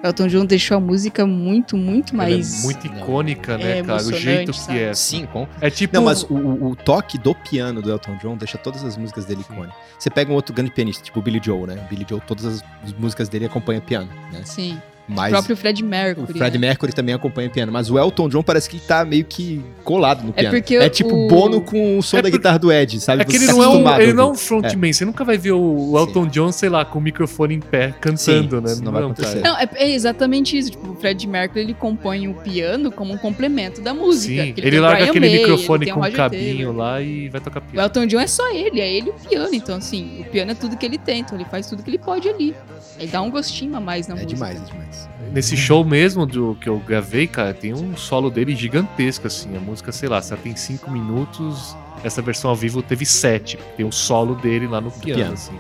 [SPEAKER 1] o Elton John deixou a música muito, muito
[SPEAKER 2] Ela
[SPEAKER 1] mais.
[SPEAKER 2] É muito
[SPEAKER 3] Não.
[SPEAKER 2] icônica, né,
[SPEAKER 1] É
[SPEAKER 2] cara? O jeito
[SPEAKER 1] emocionante, sabe?
[SPEAKER 2] que é.
[SPEAKER 3] Sim, com
[SPEAKER 2] É tipo.
[SPEAKER 3] Não, mas o, o- o toque do piano do Elton John deixa todas as músicas dele
[SPEAKER 2] Sim.
[SPEAKER 3] icônicas. Você pega um outro grande pianista, tipo o Billy Joel, né? O Billy Joel, todas as músicas dele acompanham piano, né?
[SPEAKER 1] Sim. O
[SPEAKER 3] Mas
[SPEAKER 1] próprio Fred
[SPEAKER 3] o
[SPEAKER 1] Mercury.
[SPEAKER 3] Fred
[SPEAKER 1] né?
[SPEAKER 3] Mercury também acompanha piano. Mas o Elton John parece que ele tá meio que colado no piano.
[SPEAKER 1] porque
[SPEAKER 3] é tipo
[SPEAKER 1] o-
[SPEAKER 3] Bono com o som
[SPEAKER 2] É
[SPEAKER 3] da
[SPEAKER 2] por-
[SPEAKER 3] guitarra do Ed, sabe?
[SPEAKER 2] É que
[SPEAKER 3] Você
[SPEAKER 2] ele
[SPEAKER 3] tá
[SPEAKER 2] não é um,
[SPEAKER 3] acostumado
[SPEAKER 2] ele
[SPEAKER 3] a
[SPEAKER 2] não é um
[SPEAKER 3] ouvir.
[SPEAKER 2] frontman. Você nunca vai ver o Elton John, sei lá, com o microfone em pé cantando, né?
[SPEAKER 3] isso não vai acontecer.
[SPEAKER 1] Não, é, é exatamente isso. Tipo, o Fred Mercury ele compõe o piano como um complemento da música.
[SPEAKER 2] Sim,
[SPEAKER 1] que
[SPEAKER 2] ele,
[SPEAKER 1] tem o
[SPEAKER 2] larga
[SPEAKER 1] Brian
[SPEAKER 2] aquele
[SPEAKER 1] May, ele
[SPEAKER 2] microfone
[SPEAKER 1] tem um o
[SPEAKER 2] com o
[SPEAKER 1] Roger
[SPEAKER 2] cabinho
[SPEAKER 1] Taylor.
[SPEAKER 2] lá e vai tocar
[SPEAKER 1] O
[SPEAKER 2] piano.
[SPEAKER 1] Elton John é só ele, é ele e o piano. Então, assim, o piano é tudo que ele tem, então ele faz tudo que ele pode ali. Ele dá um gostinho a mais na
[SPEAKER 3] É
[SPEAKER 1] música.
[SPEAKER 3] demais, é demais.
[SPEAKER 2] Nesse show mesmo do que eu gravei, cara, tem um solo dele gigantesco, assim. A música, sei lá, se ela tem cinco minutos, essa versão ao vivo teve sete. Tem o solo dele lá no piano,
[SPEAKER 3] piano.
[SPEAKER 2] assim.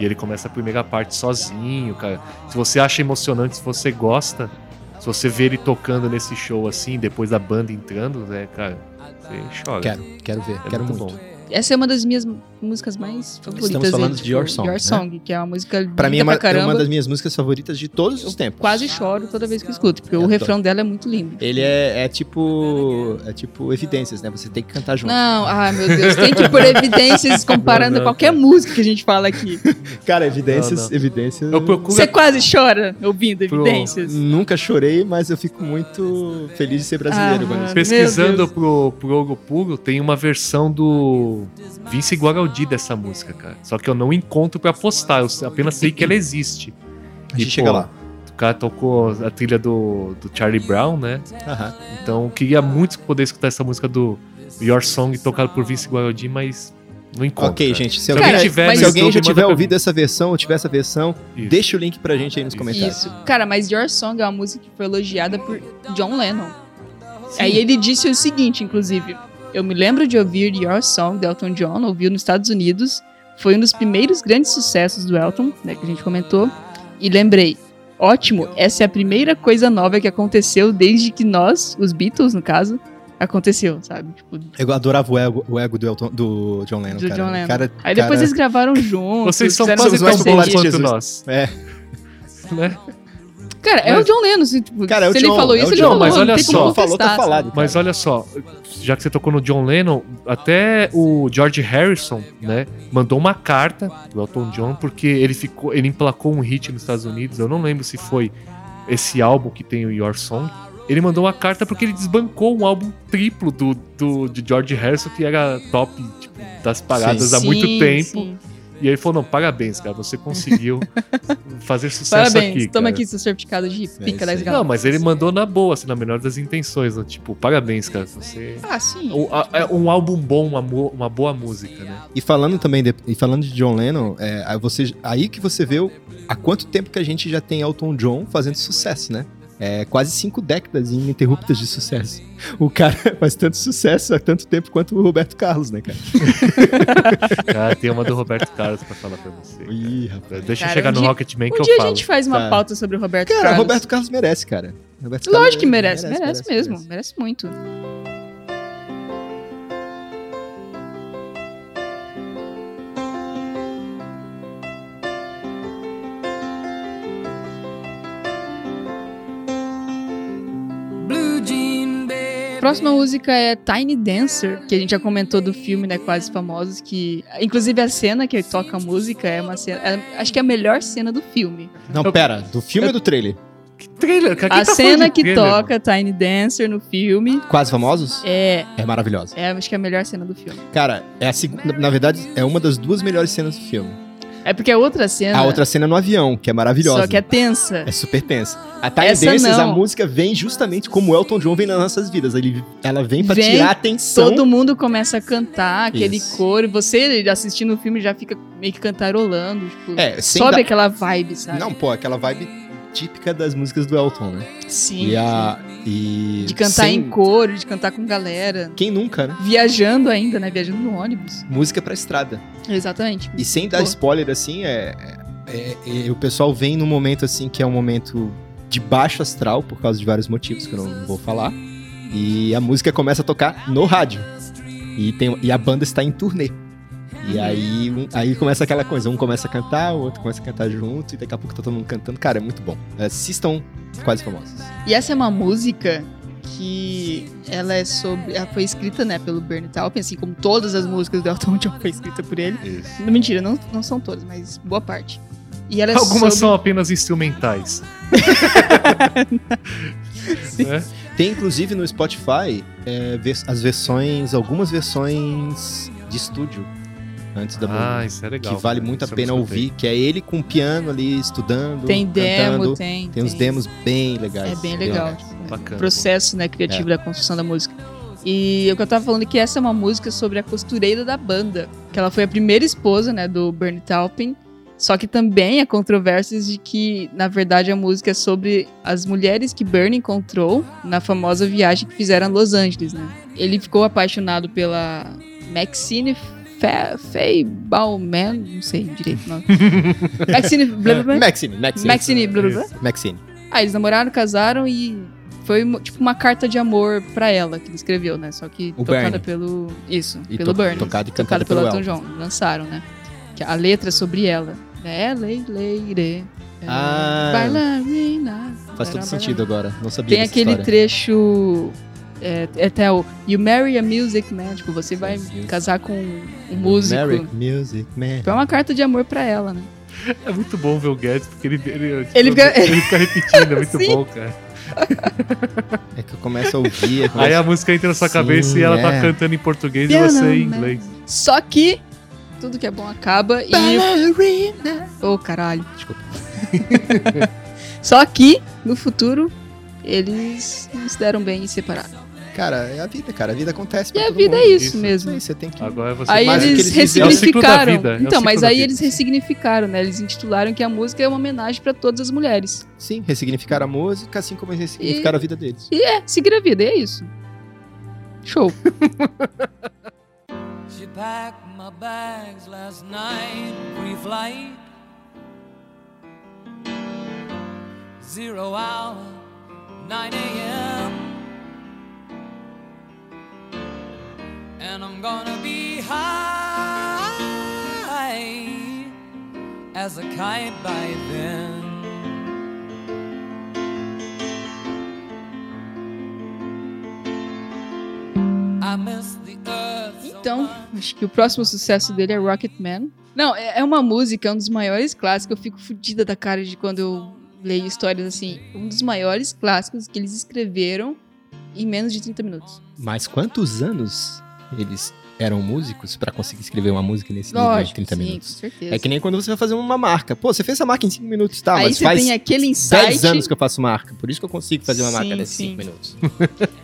[SPEAKER 2] E ele começa a primeira parte sozinho, cara. Se você acha emocionante, se você gosta, se você vê ele tocando nesse show assim, depois da banda entrando, né, cara, você chora.
[SPEAKER 3] Quero, quero ver,
[SPEAKER 2] É
[SPEAKER 3] quero muito.
[SPEAKER 2] muito
[SPEAKER 1] Essa é uma das minhas músicas mais favoritas.
[SPEAKER 3] falando
[SPEAKER 1] dele,
[SPEAKER 3] de Your
[SPEAKER 1] tipo,
[SPEAKER 3] Song,
[SPEAKER 1] Your
[SPEAKER 3] né?
[SPEAKER 1] Song, que é uma música
[SPEAKER 3] Pra mim é
[SPEAKER 1] linda
[SPEAKER 3] uma,
[SPEAKER 1] pra
[SPEAKER 3] é
[SPEAKER 1] caramba.
[SPEAKER 3] uma das minhas músicas favoritas de todos os tempos.
[SPEAKER 1] Quase choro toda vez que eu escuto, porque
[SPEAKER 3] Eu
[SPEAKER 1] o
[SPEAKER 3] adoro.
[SPEAKER 1] refrão dela é muito lindo.
[SPEAKER 3] Ele é, é tipo. É tipo evidências, né? Você tem que cantar junto.
[SPEAKER 1] Não, ai meu Deus, tem que pôr
[SPEAKER 3] [LAUGHS]
[SPEAKER 1] evidências comparando
[SPEAKER 2] Não, não,
[SPEAKER 1] qualquer música que a gente fala aqui.
[SPEAKER 3] Cara, evidências,
[SPEAKER 2] Não,
[SPEAKER 3] evidências.
[SPEAKER 2] Eu procuro
[SPEAKER 1] Você quase chora ouvindo
[SPEAKER 2] Pro-
[SPEAKER 1] evidências.
[SPEAKER 3] Nunca chorei, mas eu fico muito feliz de ser brasileiro,
[SPEAKER 1] Ah,
[SPEAKER 3] mano.
[SPEAKER 1] mano.
[SPEAKER 2] Pesquisando
[SPEAKER 1] Meu Deus.
[SPEAKER 2] pro, pro Ouro Puro, tem uma versão do Vince Guaraldi dessa música, cara. Só que eu não encontro pra postar, eu s- apenas sei que ela existe.
[SPEAKER 3] A gente
[SPEAKER 2] E,
[SPEAKER 3] chega
[SPEAKER 2] pô,
[SPEAKER 3] lá.
[SPEAKER 2] O cara tocou a trilha do, do Charlie Brown, né?
[SPEAKER 3] Aham.
[SPEAKER 2] Então eu queria muito poder escutar essa música do Your Song tocada por Vince Guaraldi, mas não encontro.
[SPEAKER 3] Ok,
[SPEAKER 2] cara.
[SPEAKER 3] gente. Se
[SPEAKER 2] Se
[SPEAKER 3] alguém,
[SPEAKER 2] alguém,
[SPEAKER 1] Cara,
[SPEAKER 2] tiver,
[SPEAKER 1] mas-
[SPEAKER 2] no
[SPEAKER 3] se alguém
[SPEAKER 2] YouTube,
[SPEAKER 3] já
[SPEAKER 2] manda
[SPEAKER 3] tiver
[SPEAKER 2] pra mim.
[SPEAKER 3] ouvido essa versão ou tiver essa versão,
[SPEAKER 2] Isso.
[SPEAKER 3] deixa o link pra gente aí nos
[SPEAKER 2] Isso.
[SPEAKER 3] comentários.
[SPEAKER 1] Isso. Cara, mas Your Song é uma música que foi elogiada por John Lennon.
[SPEAKER 2] Sim.
[SPEAKER 1] Aí ele disse o seguinte, inclusive. Eu me lembro de ouvir Your Song, do Elton John, ouviu nos Estados Unidos. Foi um dos primeiros grandes sucessos do Elton, né, que a gente comentou. E lembrei, ótimo, essa é a primeira coisa nova que aconteceu desde que nós, os Beatles no caso, aconteceu, sabe? Tipo,
[SPEAKER 3] Eu adorava o ego, o ego do, Elton- do John Lennon,
[SPEAKER 1] Do
[SPEAKER 3] cara.
[SPEAKER 1] John
[SPEAKER 3] O
[SPEAKER 1] Lennon.
[SPEAKER 3] Cara,
[SPEAKER 1] aí depois
[SPEAKER 3] cara-
[SPEAKER 1] eles
[SPEAKER 3] [LAUGHS]
[SPEAKER 1] gravaram juntos.
[SPEAKER 2] Vocês são
[SPEAKER 1] fizeram
[SPEAKER 2] quase
[SPEAKER 1] uma
[SPEAKER 3] mais
[SPEAKER 2] tão bons
[SPEAKER 3] populares
[SPEAKER 1] parceria.
[SPEAKER 2] quanto
[SPEAKER 3] Jesus.
[SPEAKER 2] nós.
[SPEAKER 3] É.
[SPEAKER 2] [LAUGHS] Né?
[SPEAKER 1] Cara, é o John Lennon. Se, tipo,
[SPEAKER 3] Cara, é o
[SPEAKER 1] se ele
[SPEAKER 3] John,
[SPEAKER 1] falou
[SPEAKER 3] é o
[SPEAKER 1] isso, ele
[SPEAKER 3] John,
[SPEAKER 1] falou.
[SPEAKER 2] mas
[SPEAKER 1] não
[SPEAKER 2] olha
[SPEAKER 1] tem como
[SPEAKER 2] só.
[SPEAKER 1] contestar,
[SPEAKER 3] Falou, tá
[SPEAKER 1] sabe?
[SPEAKER 3] falado.
[SPEAKER 2] Mas olha só, já que você tocou no John Lennon, até o George Harrison, né, mandou uma carta do Elton John porque ele ficou, ele emplacou um hit nos Estados Unidos. Eu não lembro se foi esse álbum que tem o Your Song. Ele mandou uma carta porque ele desbancou um álbum triplo do, do de George Harrison que era top tipo, das paradas
[SPEAKER 3] Sim.
[SPEAKER 2] há muito
[SPEAKER 1] Sim,
[SPEAKER 2] tempo.
[SPEAKER 1] sim.
[SPEAKER 2] E aí ele falou: "Não, parabéns, cara, você
[SPEAKER 1] [LAUGHS]
[SPEAKER 2] conseguiu fazer sucesso
[SPEAKER 1] Parabéns,
[SPEAKER 2] aqui."
[SPEAKER 1] toma
[SPEAKER 2] cara."
[SPEAKER 1] aqui seu certificado de pica
[SPEAKER 3] isso
[SPEAKER 1] das
[SPEAKER 3] aí.
[SPEAKER 2] Não,
[SPEAKER 1] galáxias.
[SPEAKER 2] mas ele mandou na boa, assim, na melhor das intenções, né? tipo, parabéns, cara, você
[SPEAKER 1] Ah, sim.
[SPEAKER 2] o- a- é um álbum bom, uma, mo- uma boa música, né?
[SPEAKER 3] E falando também de, e falando de John Lennon, é, aí, você, aí que você vê o- há quanto tempo que a gente já tem Elton John fazendo sucesso, né? É, quase cinco décadas ininterruptas de sucesso. O cara [LAUGHS] faz tanto sucesso há tanto tempo quanto o Roberto Carlos, né, cara?
[SPEAKER 2] Ah, tem uma do Roberto Carlos pra falar pra você. cara.
[SPEAKER 3] Ih, rapaz.
[SPEAKER 2] Deixa
[SPEAKER 1] Cara,
[SPEAKER 2] eu chegar
[SPEAKER 1] um
[SPEAKER 2] no
[SPEAKER 1] dia-
[SPEAKER 2] Rocketman
[SPEAKER 1] Um
[SPEAKER 2] que
[SPEAKER 1] dia a
[SPEAKER 2] eu falo.
[SPEAKER 1] gente faz uma
[SPEAKER 3] Tá.
[SPEAKER 1] pauta sobre o Roberto
[SPEAKER 3] Cara,
[SPEAKER 1] Carlos.
[SPEAKER 3] Roberto Carlos merece, cara. Roberto Carlos
[SPEAKER 1] Lógico que merece, merece, mesmo, merece,
[SPEAKER 3] merece.
[SPEAKER 1] muito.
[SPEAKER 4] Blue Jean Baby.
[SPEAKER 1] Próxima música é Tiny Dancer, que a gente já comentou do filme, né, Quase Famosos, que inclusive a cena que ele toca a música é uma cena, é- acho que é a melhor cena do filme.
[SPEAKER 3] Não, pera, do filme ou do trailer?
[SPEAKER 2] Que trailer, cara,
[SPEAKER 1] a
[SPEAKER 2] quem tá falando
[SPEAKER 1] cena
[SPEAKER 2] de
[SPEAKER 1] que
[SPEAKER 2] trailer,
[SPEAKER 1] toca Tiny Dancer no filme
[SPEAKER 3] Quase Famosos?
[SPEAKER 1] é,
[SPEAKER 3] É maravilhosa.
[SPEAKER 1] é, acho que é a melhor cena do filme.
[SPEAKER 3] Cara, é a segunda, na verdade, é uma das duas melhores cenas do filme.
[SPEAKER 1] É porque a outra cena,
[SPEAKER 3] A outra cena é no avião, que é maravilhosa.
[SPEAKER 1] só que é tensa.
[SPEAKER 3] É super tensa. A Tiny
[SPEAKER 1] Essa
[SPEAKER 3] Dances,
[SPEAKER 1] não.
[SPEAKER 3] a música vem justamente como o Elton John vem nas nossas vidas. Ele, ela vem pra
[SPEAKER 1] Vem
[SPEAKER 3] tirar a atenção.
[SPEAKER 1] Todo mundo começa a cantar aquele
[SPEAKER 3] Isso.
[SPEAKER 1] coro, você assistindo o filme já fica meio que cantarolando, tipo,
[SPEAKER 3] É, sem
[SPEAKER 1] sobe
[SPEAKER 3] dar-
[SPEAKER 1] aquela vibe, sabe?
[SPEAKER 3] Não, pô, aquela vibe típica das músicas do Elton, né?
[SPEAKER 1] Sim.
[SPEAKER 3] E a. E
[SPEAKER 1] De cantar
[SPEAKER 3] sem-
[SPEAKER 1] em coro, de cantar com galera.
[SPEAKER 3] Quem nunca, né?
[SPEAKER 1] Viajando ainda, né? Viajando no ônibus.
[SPEAKER 3] Música pra estrada.
[SPEAKER 1] Exatamente.
[SPEAKER 3] E sem dar
[SPEAKER 1] Pô.
[SPEAKER 3] spoiler, assim, é, é- é- o pessoal vem num momento, assim, que é um momento de baixo astral, por causa de vários motivos que eu não vou falar. E a música começa a tocar no rádio. E, tem, um, e a banda está em turnê. E aí, um- aí começa aquela coisa, um começa a cantar, o outro começa a cantar junto, e daqui a pouco tá todo mundo cantando. Cara, é muito bom. Assistam Quase Famosos.
[SPEAKER 1] E essa é uma música que ela é sobre. Ela foi escrita, né, pelo Bernie Taupin, assim como todas as músicas do Elton John [LAUGHS] foi escrita por ele.
[SPEAKER 2] Isso.
[SPEAKER 1] Não, mentira, não, não são todas, mas boa parte. E ela é
[SPEAKER 2] Algumas
[SPEAKER 1] sobre...
[SPEAKER 2] são
[SPEAKER 1] [LAUGHS]
[SPEAKER 2] apenas instrumentais. Né?
[SPEAKER 3] Tem, inclusive, no Spotify, é, vers- as versões, algumas versões de estúdio, antes da música.
[SPEAKER 2] Ah, isso é legal.
[SPEAKER 3] que vale
[SPEAKER 2] cara,
[SPEAKER 3] muito a
[SPEAKER 2] isso eu
[SPEAKER 3] pena
[SPEAKER 2] não escutei.
[SPEAKER 3] ouvir, que é ele com o piano ali estudando,
[SPEAKER 1] Tem
[SPEAKER 3] cantando.
[SPEAKER 1] demo, tem.
[SPEAKER 3] tem uns demos bem legais.
[SPEAKER 1] É bem legal.
[SPEAKER 3] legais.
[SPEAKER 1] tipo,
[SPEAKER 2] Bacana.
[SPEAKER 1] processo né, criativo da construção da música. E o que eu tava falando é que essa é uma música sobre a costureira da banda, que ela foi a primeira esposa, né, do Bernie Taupin. Só que também há controvérsias de que, na verdade, a música é sobre as mulheres que Bernie encontrou na famosa viagem que fizeram a Los Angeles, né? Ele ficou apaixonado pela Maxine Fe- Feibalman, não sei direito o nome. Maxine, blá, blá, blá.
[SPEAKER 3] Maxine, Maxine.
[SPEAKER 1] Maxine, blá, blá, blá.
[SPEAKER 3] Maxine.
[SPEAKER 1] Ah, eles namoraram, casaram e foi mo- tipo uma carta de amor pra ela que ele escreveu, né? Só que
[SPEAKER 3] O
[SPEAKER 1] tocada
[SPEAKER 3] Bernie.
[SPEAKER 1] pelo. Isso,
[SPEAKER 3] E
[SPEAKER 1] pelo
[SPEAKER 3] to-
[SPEAKER 1] Bernie.
[SPEAKER 3] tocada e cantada pelo
[SPEAKER 1] Elton John. Lançaram, né? Que a letra é sobre ela. É, lei, lei,
[SPEAKER 3] Ah.
[SPEAKER 1] Bailarina.
[SPEAKER 3] Faz todo
[SPEAKER 1] Bará,
[SPEAKER 3] sentido agora. Não
[SPEAKER 1] bará.
[SPEAKER 3] sabia
[SPEAKER 1] Tem
[SPEAKER 3] dessa
[SPEAKER 1] aquele
[SPEAKER 3] história.
[SPEAKER 1] trecho. É, é até o You Marry a Music Man. Tipo, você vai
[SPEAKER 3] sim.
[SPEAKER 1] casar com um músico.
[SPEAKER 3] Merrick Music Man.
[SPEAKER 1] Tipo, É uma carta de amor pra ela, né?
[SPEAKER 2] É muito bom ver o Guedes, porque ele, ele, tipo,
[SPEAKER 1] Ele fica-
[SPEAKER 2] ele fica repetindo, é
[SPEAKER 1] [LAUGHS]
[SPEAKER 2] muito
[SPEAKER 1] Sim.
[SPEAKER 2] bom, cara.
[SPEAKER 3] É que eu começo a ouvir. eu começo-
[SPEAKER 2] [LAUGHS] Aí é a música entra na sua
[SPEAKER 3] Sim,
[SPEAKER 2] cabeça e ela tá
[SPEAKER 3] é.
[SPEAKER 2] cantando em português
[SPEAKER 1] Piano
[SPEAKER 2] e você em
[SPEAKER 1] Man.
[SPEAKER 2] inglês.
[SPEAKER 1] Só que tudo que é bom acaba e
[SPEAKER 3] Ballerina.
[SPEAKER 1] Ô, caralho.
[SPEAKER 3] Desculpa.
[SPEAKER 1] [LAUGHS] Só que, no futuro, eles não se deram bem e se separaram.
[SPEAKER 3] Cara, é a vida, cara. A vida acontece
[SPEAKER 1] E
[SPEAKER 3] pra
[SPEAKER 1] a
[SPEAKER 3] todo
[SPEAKER 1] vida é
[SPEAKER 3] mundo.
[SPEAKER 1] isso,
[SPEAKER 2] isso.
[SPEAKER 1] mesmo.
[SPEAKER 3] Aí você tem que...
[SPEAKER 2] Agora você
[SPEAKER 1] Aí
[SPEAKER 3] Mas o que
[SPEAKER 1] eles
[SPEAKER 3] eles fizeram- É o
[SPEAKER 2] ciclo da
[SPEAKER 1] ressignificaram.
[SPEAKER 2] vida, é o
[SPEAKER 1] então,
[SPEAKER 2] ciclo
[SPEAKER 1] mas
[SPEAKER 2] da
[SPEAKER 1] aí
[SPEAKER 2] vida.
[SPEAKER 1] eles ressignificaram, né? Eles intitularam que a música é uma homenagem pra todas as mulheres.
[SPEAKER 3] Sim, ressignificar a música, assim como ressignificar a vida deles.
[SPEAKER 1] E é, seguir a vida, e é isso.
[SPEAKER 2] [LAUGHS]
[SPEAKER 1] Show.
[SPEAKER 4] She packed my bags last night, pre-flight. Zero hour, 9 a.m. gonna be high as a kite by then. I miss the earth. so
[SPEAKER 1] Então,
[SPEAKER 4] much.
[SPEAKER 1] acho que o próximo sucesso dele é Rocket Man. Não, é é uma música, é um dos maiores clássicos. Eu fico fodida da cara de quando eu leio histórias assim. Um dos maiores clássicos que eles escreveram em menos de 30 minutos.
[SPEAKER 3] Mas quantos anos eles eram músicos pra conseguir escrever uma música nesse nível de
[SPEAKER 1] Lógico,
[SPEAKER 3] 30
[SPEAKER 1] sim,
[SPEAKER 3] minutos?
[SPEAKER 1] com certeza.
[SPEAKER 3] É que nem quando você vai fazer uma marca. Pô, você fez essa marca em 5 minutos, tá?
[SPEAKER 1] Aí
[SPEAKER 3] mas
[SPEAKER 1] você
[SPEAKER 3] faz
[SPEAKER 1] tem aquele
[SPEAKER 3] 10
[SPEAKER 1] insight.
[SPEAKER 3] anos que eu faço marca. Por isso que eu consigo fazer uma
[SPEAKER 1] Sim,
[SPEAKER 3] marca nesses
[SPEAKER 1] sim.
[SPEAKER 3] 5 minutos.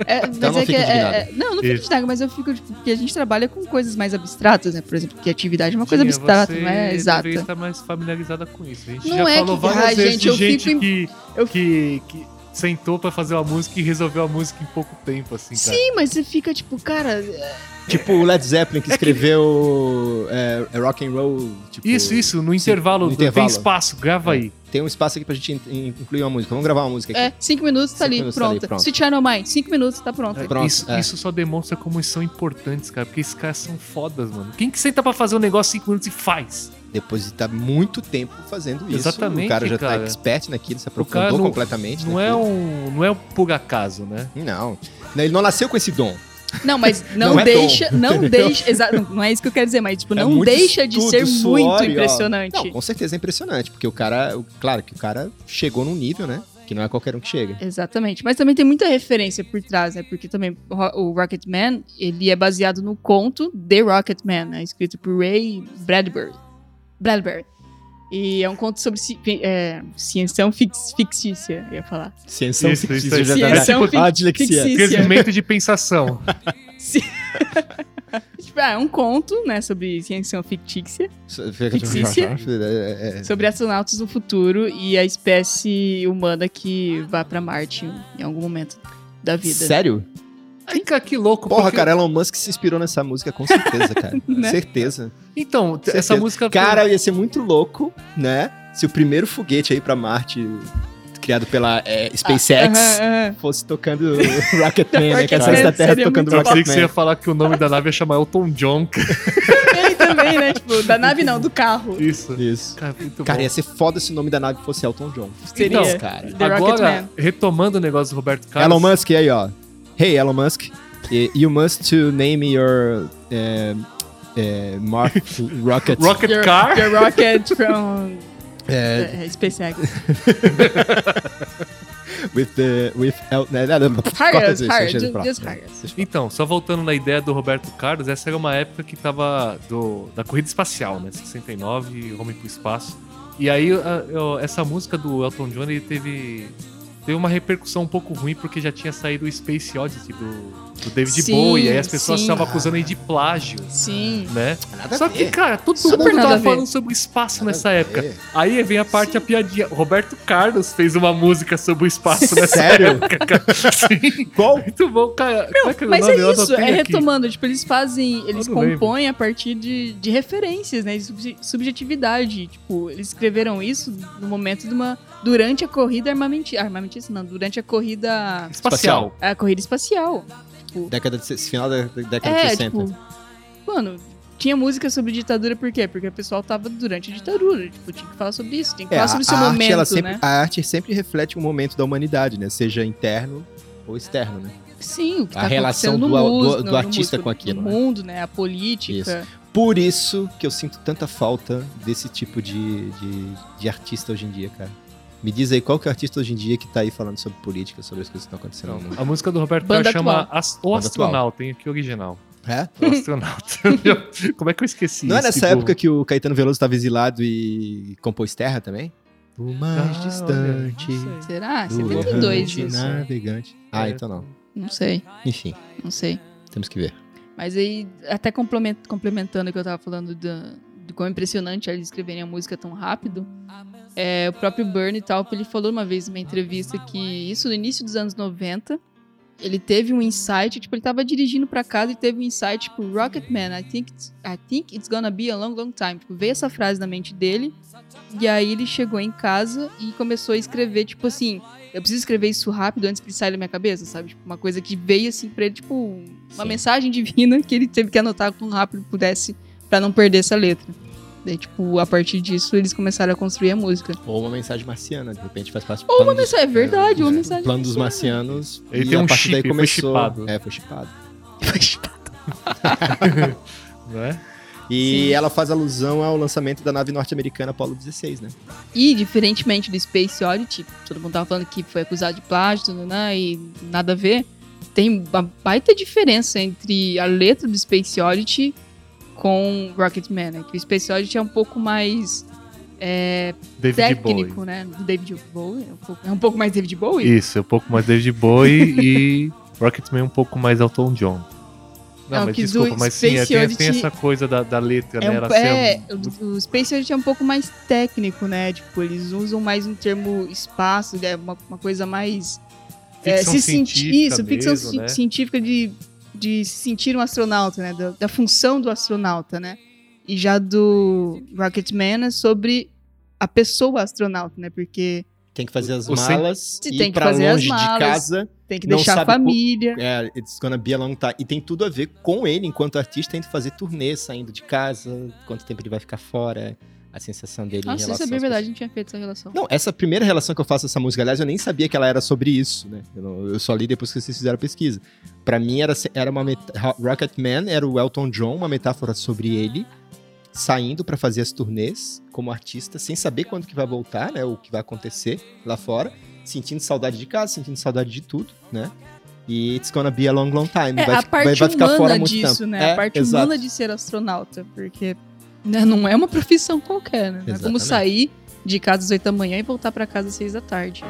[SPEAKER 1] É,
[SPEAKER 3] Então
[SPEAKER 1] mas
[SPEAKER 3] não
[SPEAKER 1] é que
[SPEAKER 3] fica
[SPEAKER 1] é-
[SPEAKER 3] indignado.
[SPEAKER 1] é- não, eu não
[SPEAKER 2] Isso.
[SPEAKER 1] fico indignado, mas eu fico, tipo, porque a gente trabalha com coisas mais abstratas, né? Por exemplo, criatividade é uma coisa
[SPEAKER 2] Tinha,
[SPEAKER 1] abstrata,
[SPEAKER 2] você
[SPEAKER 1] não é exata.
[SPEAKER 2] deveria estar mais familiarizada com isso. A gente
[SPEAKER 1] Não
[SPEAKER 2] já
[SPEAKER 1] é
[SPEAKER 2] falou
[SPEAKER 1] que-
[SPEAKER 2] várias
[SPEAKER 1] Ah,
[SPEAKER 2] vezes
[SPEAKER 1] gente,
[SPEAKER 2] de
[SPEAKER 1] eu
[SPEAKER 2] gente
[SPEAKER 1] fico
[SPEAKER 2] que,
[SPEAKER 1] eu-
[SPEAKER 2] que, que sentou pra fazer uma música e resolveu a música em pouco tempo, assim, cara.
[SPEAKER 1] Sim, mas você fica tipo, cara,
[SPEAKER 3] [LAUGHS] tipo o Led Zeppelin
[SPEAKER 2] É
[SPEAKER 3] que escreveu é, é rock and roll. Tipo,
[SPEAKER 2] Isso, isso, no
[SPEAKER 3] Sim,
[SPEAKER 2] intervalo,
[SPEAKER 3] no
[SPEAKER 2] tem
[SPEAKER 3] intervalo.
[SPEAKER 2] espaço, grava aí.
[SPEAKER 3] Tem um espaço aqui pra gente in- in- incluir uma música. Vamos gravar uma música aqui.
[SPEAKER 1] é, cinco minutos tá
[SPEAKER 3] Cinco
[SPEAKER 1] ali,
[SPEAKER 3] minutos tá ali,
[SPEAKER 1] pronta.
[SPEAKER 3] pronto.
[SPEAKER 1] Switch Iron Mind, cinco minutos, tá pronta.
[SPEAKER 3] Pronto,
[SPEAKER 2] isso,
[SPEAKER 3] é.
[SPEAKER 2] isso só demonstra como eles são importantes, cara, porque esses caras são fodas, mano. Quem que senta pra fazer um negócio em 5 minutos e faz?
[SPEAKER 3] Depois de estar muito tempo fazendo isso,
[SPEAKER 2] Exatamente,
[SPEAKER 3] o cara já
[SPEAKER 2] cara.
[SPEAKER 3] tá expert naquilo, se
[SPEAKER 2] cara
[SPEAKER 3] aprofundou
[SPEAKER 2] não-
[SPEAKER 3] completamente. né,
[SPEAKER 2] Não é,
[SPEAKER 3] naquilo.
[SPEAKER 2] um, não é um por acaso, né?
[SPEAKER 3] Não. Não, Ele não nasceu com esse dom.
[SPEAKER 1] Não,
[SPEAKER 3] [LAUGHS]
[SPEAKER 1] mas não,
[SPEAKER 3] Não é
[SPEAKER 1] deixa,
[SPEAKER 3] dom,
[SPEAKER 1] não
[SPEAKER 3] entendeu?
[SPEAKER 1] deixa, exato, não- não é isso que eu quero dizer, mas tipo,
[SPEAKER 3] É
[SPEAKER 1] não
[SPEAKER 3] muito
[SPEAKER 1] deixa de
[SPEAKER 3] estudo,
[SPEAKER 1] ser
[SPEAKER 3] suor
[SPEAKER 1] muito
[SPEAKER 3] e, ó,
[SPEAKER 1] impressionante.
[SPEAKER 3] Não, com certeza é impressionante, porque o cara, o- claro que o cara chegou num nível, né? Que não é qualquer um que chega.
[SPEAKER 1] Exatamente, mas também tem muita referência por trás, né? Porque também o Ro- o Rocketman, ele é baseado no conto The Rocketman, né? Escrito por Ray Bradbury. Bradbury. E é um conto sobre ci fi- é, ciência fix- fictícia, eu ia falar.
[SPEAKER 3] Ciência é
[SPEAKER 2] Isso, isso aí.
[SPEAKER 1] Ciência é um
[SPEAKER 3] Tipo,
[SPEAKER 1] fic-
[SPEAKER 3] ah, dislexia.
[SPEAKER 1] fictícia.
[SPEAKER 2] Crescimento de pensação.
[SPEAKER 1] Tipo, ah, é um conto, né, sobre ciência fictícia. Fictícia.
[SPEAKER 3] É, é,
[SPEAKER 1] sobre astronautas no futuro e a espécie humana que vai pra Marte em algum momento da
[SPEAKER 3] é.
[SPEAKER 1] vida.
[SPEAKER 3] Sério?
[SPEAKER 2] Ai, cara, que louco.
[SPEAKER 3] Porra,
[SPEAKER 2] porque-
[SPEAKER 3] cara, Elon Musk se inspirou nessa música, com
[SPEAKER 1] [LAUGHS]
[SPEAKER 3] certeza, cara.
[SPEAKER 1] Né?
[SPEAKER 3] Certeza.
[SPEAKER 2] Então, t- essa
[SPEAKER 3] Certeza.
[SPEAKER 2] música...
[SPEAKER 3] Cara, ia ser muito louco, né? Se o primeiro foguete aí pra Marte, criado pela é, SpaceX,
[SPEAKER 1] Ah, Aham, aham.
[SPEAKER 3] fosse tocando [LAUGHS] Rocketman, né? Que a
[SPEAKER 1] Rocketman
[SPEAKER 3] ciência da Terra
[SPEAKER 1] seria
[SPEAKER 3] tocando
[SPEAKER 1] muito
[SPEAKER 2] Eu pensei que você ia
[SPEAKER 3] Rocketman.
[SPEAKER 2] falar que o nome da nave ia chamar Elton John, cara.
[SPEAKER 1] Ele também, né? Tipo, da nave não, do carro.
[SPEAKER 2] é Isso.
[SPEAKER 3] Isso.
[SPEAKER 2] Cara, muito
[SPEAKER 3] Cara,
[SPEAKER 2] bom.
[SPEAKER 3] ia ser foda se o nome da nave fosse Elton John.
[SPEAKER 1] Seria.
[SPEAKER 3] Então, cara.
[SPEAKER 1] The
[SPEAKER 2] Agora,
[SPEAKER 1] Rocketman.
[SPEAKER 2] retomando o negócio do Roberto Carlos...
[SPEAKER 3] Elon Musk aí, ó. Hey, Elon Musk, eh, you must to name your eh, eh,
[SPEAKER 1] [LAUGHS]
[SPEAKER 3] Mark rocket.
[SPEAKER 2] Rocket
[SPEAKER 1] Your,
[SPEAKER 2] Car...
[SPEAKER 1] your rocket from
[SPEAKER 3] eh,
[SPEAKER 1] uh, SpaceX.
[SPEAKER 3] with the with El, né, né, né, [LAUGHS] corta
[SPEAKER 1] Hires,
[SPEAKER 3] isso,
[SPEAKER 1] hires,
[SPEAKER 3] deixa ele
[SPEAKER 1] ju-
[SPEAKER 3] pra lá.
[SPEAKER 1] just hires.
[SPEAKER 2] Então, só voltando na ideia do Roberto Carlos, essa era uma época que tava do- da corrida espacial, né? 69, Homem pro Espaço. E aí, a- eu- essa música do Elton John, ele teve, teve uma repercussão um pouco ruim, porque já tinha saído o Space Odyssey do, do David
[SPEAKER 1] Sim,
[SPEAKER 2] Bowie, aí as pessoas
[SPEAKER 1] sim.
[SPEAKER 2] estavam acusando ele de plágio,
[SPEAKER 1] Sim.
[SPEAKER 2] né?
[SPEAKER 3] Nada a
[SPEAKER 2] Só
[SPEAKER 3] ver.
[SPEAKER 2] que, cara, todo
[SPEAKER 1] Super
[SPEAKER 2] mundo
[SPEAKER 1] nada a
[SPEAKER 2] tava
[SPEAKER 1] ver.
[SPEAKER 2] falando sobre o espaço
[SPEAKER 3] Nada
[SPEAKER 2] nessa
[SPEAKER 3] a
[SPEAKER 2] época.
[SPEAKER 3] ver.
[SPEAKER 2] Aí vem a parte, a piadinha. Roberto Carlos fez uma música sobre o
[SPEAKER 3] [LAUGHS]
[SPEAKER 2] espaço nessa
[SPEAKER 3] Sério?
[SPEAKER 2] época, cara. Sim.
[SPEAKER 3] Qual?
[SPEAKER 2] Muito bom, cara. Como que era o
[SPEAKER 1] Mas é
[SPEAKER 2] nome? Eu
[SPEAKER 1] isso, é
[SPEAKER 2] anotei aqui.
[SPEAKER 1] retomando. Tipo, eles fazem, eles
[SPEAKER 2] não lembro.
[SPEAKER 1] compõem a partir de, de referências, né? De subje- subjetividade. Tipo, eles escreveram isso no momento de uma. Durante a corrida armamentista. Armamentista, não, durante a corrida.
[SPEAKER 2] Espacial.
[SPEAKER 1] A corrida espacial.
[SPEAKER 3] Década de, se- final da da década de
[SPEAKER 1] É,
[SPEAKER 3] 60.
[SPEAKER 1] tipo. Mano, tinha música sobre ditadura por quê? Porque o pessoal tava durante a ditadura. Tipo, tinha que falar sobre isso, tinha que
[SPEAKER 3] É,
[SPEAKER 1] falar sobre o seu
[SPEAKER 3] arte,
[SPEAKER 1] momento,
[SPEAKER 3] ela sempre,
[SPEAKER 1] né?
[SPEAKER 3] a arte sempre reflete um momento da humanidade, né? Seja interno ou externo, né?
[SPEAKER 1] Sim, o que
[SPEAKER 3] a
[SPEAKER 1] tá
[SPEAKER 3] relação
[SPEAKER 1] acontecendo no
[SPEAKER 3] do- do-
[SPEAKER 1] mus-
[SPEAKER 3] do
[SPEAKER 1] no- no
[SPEAKER 3] artista
[SPEAKER 1] músico,
[SPEAKER 3] com aquilo,
[SPEAKER 1] No
[SPEAKER 3] né?
[SPEAKER 1] mundo, né? A política.
[SPEAKER 3] Por isso que eu sinto tanta falta desse tipo de, de, de artista hoje em dia, cara. Me diz aí qual que é o artista hoje em dia que tá aí falando sobre política, sobre as coisas que estão acontecendo no mundo.
[SPEAKER 2] A música do Roberto
[SPEAKER 1] Banda
[SPEAKER 2] Carlos chama
[SPEAKER 1] atual.
[SPEAKER 2] As- O
[SPEAKER 3] Banda
[SPEAKER 2] Astronauta, tem aqui o original.
[SPEAKER 3] É?
[SPEAKER 1] [LAUGHS]
[SPEAKER 2] O Astronauta. [LAUGHS] Meu, Como é que eu esqueci
[SPEAKER 3] Não é
[SPEAKER 2] isso?
[SPEAKER 3] nessa
[SPEAKER 2] Tipo,
[SPEAKER 3] época que o Caetano Veloso tava exilado e compôs Terra também? O mais
[SPEAKER 2] Ah,
[SPEAKER 3] distante
[SPEAKER 1] Não sei. Ah, Será?
[SPEAKER 3] do
[SPEAKER 1] 72
[SPEAKER 3] errante
[SPEAKER 1] isso.
[SPEAKER 3] navegante. Ah, então não.
[SPEAKER 1] Não sei,
[SPEAKER 3] Enfim,
[SPEAKER 1] não sei.
[SPEAKER 3] temos que ver.
[SPEAKER 1] Mas aí, até complement- complementando o que eu tava falando da- do quão impressionante é eles escreverem a música tão rápido, é, o próprio Bernie Taupin, ele falou uma vez numa entrevista que isso no início dos anos 90, ele teve um insight, tipo, ele tava dirigindo pra casa e teve um insight, tipo, Rocketman, I think, it's- I think it's gonna be a long, long time. Tipo, veio essa frase na mente dele, e aí ele chegou em casa e começou a escrever, tipo assim, eu preciso escrever isso rápido antes que saia da minha cabeça, sabe? Tipo, uma coisa que veio assim pra ele, tipo, uma
[SPEAKER 3] Sim.
[SPEAKER 1] mensagem divina que ele teve que anotar o quão rápido pudesse pra não perder essa letra. Daí, tipo, a partir disso, eles começaram a construir a música.
[SPEAKER 3] Ou uma mensagem marciana, de repente faz parte do
[SPEAKER 1] Ou
[SPEAKER 3] plano
[SPEAKER 1] uma
[SPEAKER 3] dos-
[SPEAKER 1] mensagem, é verdade, uma mensagem.
[SPEAKER 3] do plano dos marcianos.
[SPEAKER 2] Ele
[SPEAKER 3] e
[SPEAKER 2] tem
[SPEAKER 3] a
[SPEAKER 2] um
[SPEAKER 3] partir
[SPEAKER 2] chip,
[SPEAKER 3] daí
[SPEAKER 2] foi
[SPEAKER 3] começou...
[SPEAKER 2] chipado.
[SPEAKER 3] É, foi [LAUGHS] chipado.
[SPEAKER 2] não é?
[SPEAKER 3] E
[SPEAKER 1] Sim.
[SPEAKER 3] ela faz alusão ao lançamento da nave norte-americana Apollo 16, né?
[SPEAKER 1] E, diferentemente do Space Oddity, todo mundo tava falando que foi acusado de plágio né, e nada a ver, tem uma baita diferença entre a letra do Space Oddity com Rocketman, né? Que o Space Oddity é um pouco mais
[SPEAKER 2] David
[SPEAKER 1] técnico,
[SPEAKER 2] Bowie.
[SPEAKER 1] né? Do David Bowie, é um pouco, é um pouco mais David Bowie.
[SPEAKER 2] Isso, é um pouco mais David Bowie
[SPEAKER 1] [LAUGHS]
[SPEAKER 2] e Rocketman um pouco mais Elton John. Não,
[SPEAKER 1] Não,
[SPEAKER 2] mas
[SPEAKER 1] que do
[SPEAKER 2] desculpa, mas sim, é,
[SPEAKER 1] Space
[SPEAKER 2] tem,
[SPEAKER 1] Oddity
[SPEAKER 2] tem essa coisa da, da letra,
[SPEAKER 1] É,
[SPEAKER 2] né?
[SPEAKER 1] um-
[SPEAKER 2] Ela
[SPEAKER 1] é,
[SPEAKER 2] ser
[SPEAKER 1] o- o Space Oddity é um pouco mais técnico, né? Tipo, eles usam mais um termo espaço, né? uma, uma coisa mais... é,
[SPEAKER 2] ficção
[SPEAKER 1] se
[SPEAKER 2] científica
[SPEAKER 1] sentir isso, ficção
[SPEAKER 2] mesmo,
[SPEAKER 1] ci-
[SPEAKER 2] né?
[SPEAKER 1] científica de, de se sentir um astronauta, né? Da, da função do astronauta, né? E já do Rocketman é sobre a pessoa astronauta, né? Porque
[SPEAKER 3] Tem que fazer as
[SPEAKER 2] O cen-
[SPEAKER 3] malas,
[SPEAKER 1] Se
[SPEAKER 3] ir
[SPEAKER 1] tem que
[SPEAKER 3] pra
[SPEAKER 1] fazer as
[SPEAKER 3] longe
[SPEAKER 1] malas.
[SPEAKER 3] de casa.
[SPEAKER 1] tem que
[SPEAKER 3] Não
[SPEAKER 1] deixar a
[SPEAKER 3] sabe co-
[SPEAKER 1] família.
[SPEAKER 3] É, it's gonna be a long time. E tem tudo a ver com ele, enquanto artista, indo fazer turnê, saindo de casa, quanto tempo ele vai ficar fora, a sensação dele em
[SPEAKER 1] Nossa,
[SPEAKER 3] relação
[SPEAKER 1] isso é bem
[SPEAKER 3] às
[SPEAKER 1] verdade, a gente tinha feito essa relação.
[SPEAKER 3] Não, essa primeira relação que eu faço essa música, aliás, eu nem sabia que ela era sobre isso, né? Eu, não- eu só li depois que vocês fizeram a pesquisa. Pra mim era se- era uma meta- Ro- Rocket Man era o Elton John, uma metáfora sobre ele saindo pra fazer as turnês como artista, sem saber quando que vai voltar, né? O que vai acontecer lá fora, sentindo saudade de casa, sentindo saudade de tudo, né? E it's gonna be a long, long time.
[SPEAKER 1] É,
[SPEAKER 3] vai,
[SPEAKER 1] a
[SPEAKER 3] fi- vai-
[SPEAKER 1] parte
[SPEAKER 3] vai ficar fora
[SPEAKER 1] humana
[SPEAKER 3] muito
[SPEAKER 1] disso,
[SPEAKER 3] tempo.
[SPEAKER 1] né? a
[SPEAKER 3] É,
[SPEAKER 1] parte
[SPEAKER 3] exato.
[SPEAKER 1] humana de ser astronauta, porque né, não é uma profissão qualquer, né? Não é como
[SPEAKER 3] Exatamente.
[SPEAKER 1] sair de casa às 8 da manhã e voltar pra casa às 6 da tarde.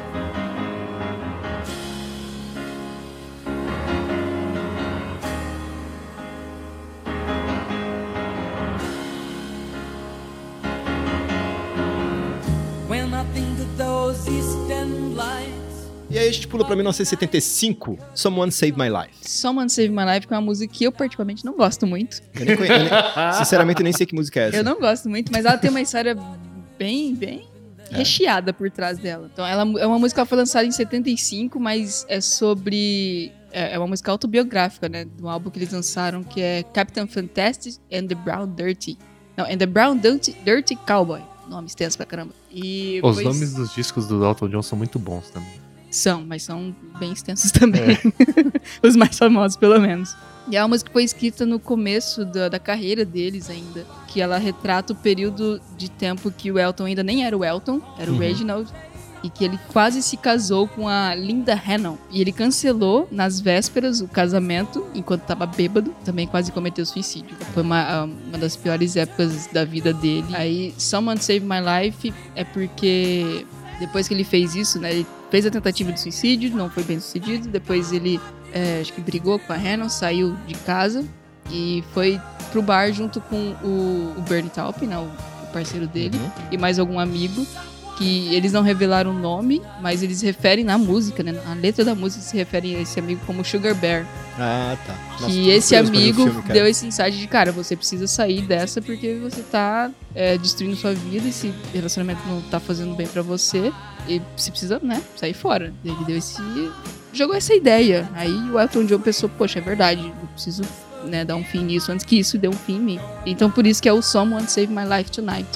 [SPEAKER 4] When I think of those eastern lights,
[SPEAKER 3] E aí a gente pula pra 1975, Someone Saved My Life.
[SPEAKER 1] Someone Save My Life, que é uma música que eu particularmente não gosto muito.
[SPEAKER 3] Eu nem conhe- eu
[SPEAKER 1] [LAUGHS]
[SPEAKER 3] nem- sinceramente, eu nem sei que música é essa.
[SPEAKER 1] Eu não gosto muito, mas ela tem uma história bem, bem
[SPEAKER 3] É.
[SPEAKER 1] recheada por trás dela. Então, ela é uma música que foi lançada em 75, mas é sobre. É é uma música autobiográfica, né? De um álbum que eles lançaram que é Captain Fantastic and the Brown Dirty. Não, and the Brown Dirty, Dirty Cowboy. Nome extenso pra caramba. E
[SPEAKER 2] Os
[SPEAKER 1] foi-
[SPEAKER 2] nomes dos discos do Elton John são muito bons também.
[SPEAKER 1] São, mas são bem extensos [LAUGHS] também. Os mais famosos, pelo menos. É. E é uma música que foi escrita no começo da, da carreira deles ainda, que ela retrata o período de tempo que o Elton ainda nem era o Elton, era o
[SPEAKER 3] Uhum.
[SPEAKER 1] Reginald, e que ele quase se casou com a Linda Hannon. E ele cancelou nas vésperas o casamento, enquanto estava bêbado, também quase cometeu suicídio. Foi uma, ah, uma das piores épocas da vida dele. Aí, Someone Save My Life é porque depois que ele fez isso, né, ele fez a tentativa de suicídio, não foi bem sucedido, depois ele é, acho que brigou com a Hannon, saiu de casa e foi pro bar junto com o, o Bernie Taupin, né, o, o parceiro dele,
[SPEAKER 3] Uhum.
[SPEAKER 1] e mais algum amigo, que eles não revelaram o nome, mas eles referem na música, né, na letra da música se referem a esse amigo como Sugar Bear,
[SPEAKER 3] Ah, tá. Nossa,
[SPEAKER 1] que
[SPEAKER 3] tô
[SPEAKER 1] esse
[SPEAKER 3] curioso pra ver o
[SPEAKER 1] amigo
[SPEAKER 3] filme, cara.
[SPEAKER 1] deu esse insight de, cara, você precisa sair dessa porque você tá é, destruindo sua vida, esse relacionamento não tá fazendo bem pra você e você precisa, né, sair fora. Ele deu esse... jogou essa ideia. Aí o Elton John pensou, poxa, é verdade, eu preciso, né, dar um fim nisso antes que isso dê um fim em mim. Então por isso que é o Someone Save My Life Tonight.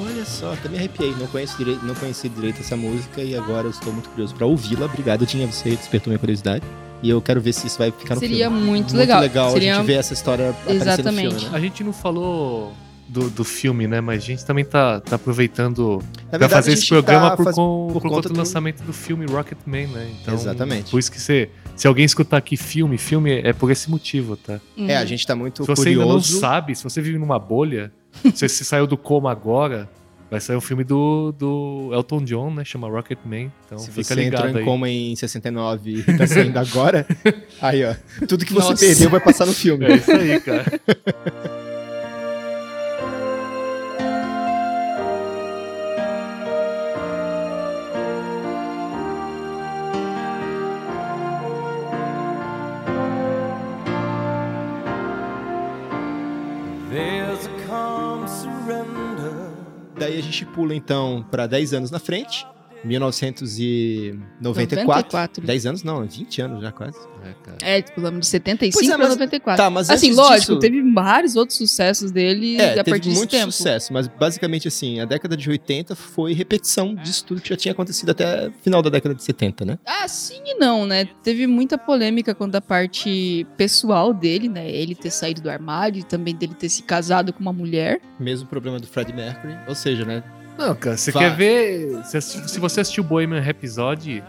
[SPEAKER 3] Olha só, até me arrepiei. Não, conheço direi- não conheci direito essa música e agora eu estou muito curioso pra ouvi-la. Obrigado, Tinha. Você despertou minha curiosidade. E eu quero ver se isso vai ficar no
[SPEAKER 1] Seria
[SPEAKER 3] filme. é
[SPEAKER 1] muito, legal.
[SPEAKER 3] a
[SPEAKER 1] Seria um
[SPEAKER 3] gente ver essa história aparecendo no
[SPEAKER 1] Exatamente.
[SPEAKER 3] filme, né?
[SPEAKER 2] A gente não falou do, do filme, né? Mas a gente também tá, tá aproveitando
[SPEAKER 3] Na
[SPEAKER 2] pra fazer
[SPEAKER 3] a
[SPEAKER 2] esse
[SPEAKER 3] gente
[SPEAKER 2] programa
[SPEAKER 3] tá
[SPEAKER 2] por,
[SPEAKER 3] faz-
[SPEAKER 2] con-
[SPEAKER 3] por
[SPEAKER 2] por
[SPEAKER 3] conta
[SPEAKER 2] conta do
[SPEAKER 3] do-
[SPEAKER 2] lançamento do filme Rocketman, né? Então,
[SPEAKER 3] Exatamente.
[SPEAKER 2] Por isso que você. Se alguém escutar aqui filme, filme é por esse motivo, tá?
[SPEAKER 1] Uhum.
[SPEAKER 3] É, a gente tá muito
[SPEAKER 2] Se você ainda não
[SPEAKER 3] curioso.
[SPEAKER 2] sabe, se você vive numa
[SPEAKER 3] [LAUGHS]
[SPEAKER 2] bolha, se você saiu do coma agora, vai sair um filme do, do Elton John, né? Chama Rocketman. Então
[SPEAKER 3] se
[SPEAKER 2] fica
[SPEAKER 3] você entrou
[SPEAKER 2] ligado
[SPEAKER 3] em
[SPEAKER 2] aí.
[SPEAKER 3] coma em 69 e tá saindo agora, [LAUGHS] aí ó, tudo que você
[SPEAKER 1] Nossa.
[SPEAKER 3] perdeu vai passar no filme.
[SPEAKER 2] É isso aí,
[SPEAKER 3] [LAUGHS]
[SPEAKER 2] cara.
[SPEAKER 3] daí a gente pula então para 10 anos na frente, 1994.
[SPEAKER 1] 94.
[SPEAKER 3] 10 anos não, 20 anos já quase.
[SPEAKER 2] É, cara.
[SPEAKER 1] É, tipo, lembro de 75
[SPEAKER 3] Pois é,
[SPEAKER 1] pra
[SPEAKER 3] mas-
[SPEAKER 1] 94.
[SPEAKER 3] Tá, mas
[SPEAKER 1] assim,
[SPEAKER 3] antes
[SPEAKER 1] lógico,
[SPEAKER 3] disso-
[SPEAKER 1] teve vários outros sucessos dele
[SPEAKER 3] É,
[SPEAKER 1] a partir
[SPEAKER 3] teve
[SPEAKER 1] desse
[SPEAKER 3] muito
[SPEAKER 1] tempo.
[SPEAKER 3] sucesso, mas basicamente assim, a década de 80 foi repetição disso tudo que já tinha acontecido até final da década de 70, né?
[SPEAKER 1] Ah, sim e não, né? Teve muita polêmica quanto à parte pessoal dele, né? Ele ter saído do armário e também dele ter se casado com uma mulher.
[SPEAKER 3] Mesmo problema do Fred Mercury, ou seja, né?
[SPEAKER 2] Não, cara, você
[SPEAKER 3] Vai.
[SPEAKER 2] quer ver. Se, assi- se você assistiu Bohemian Rhapsody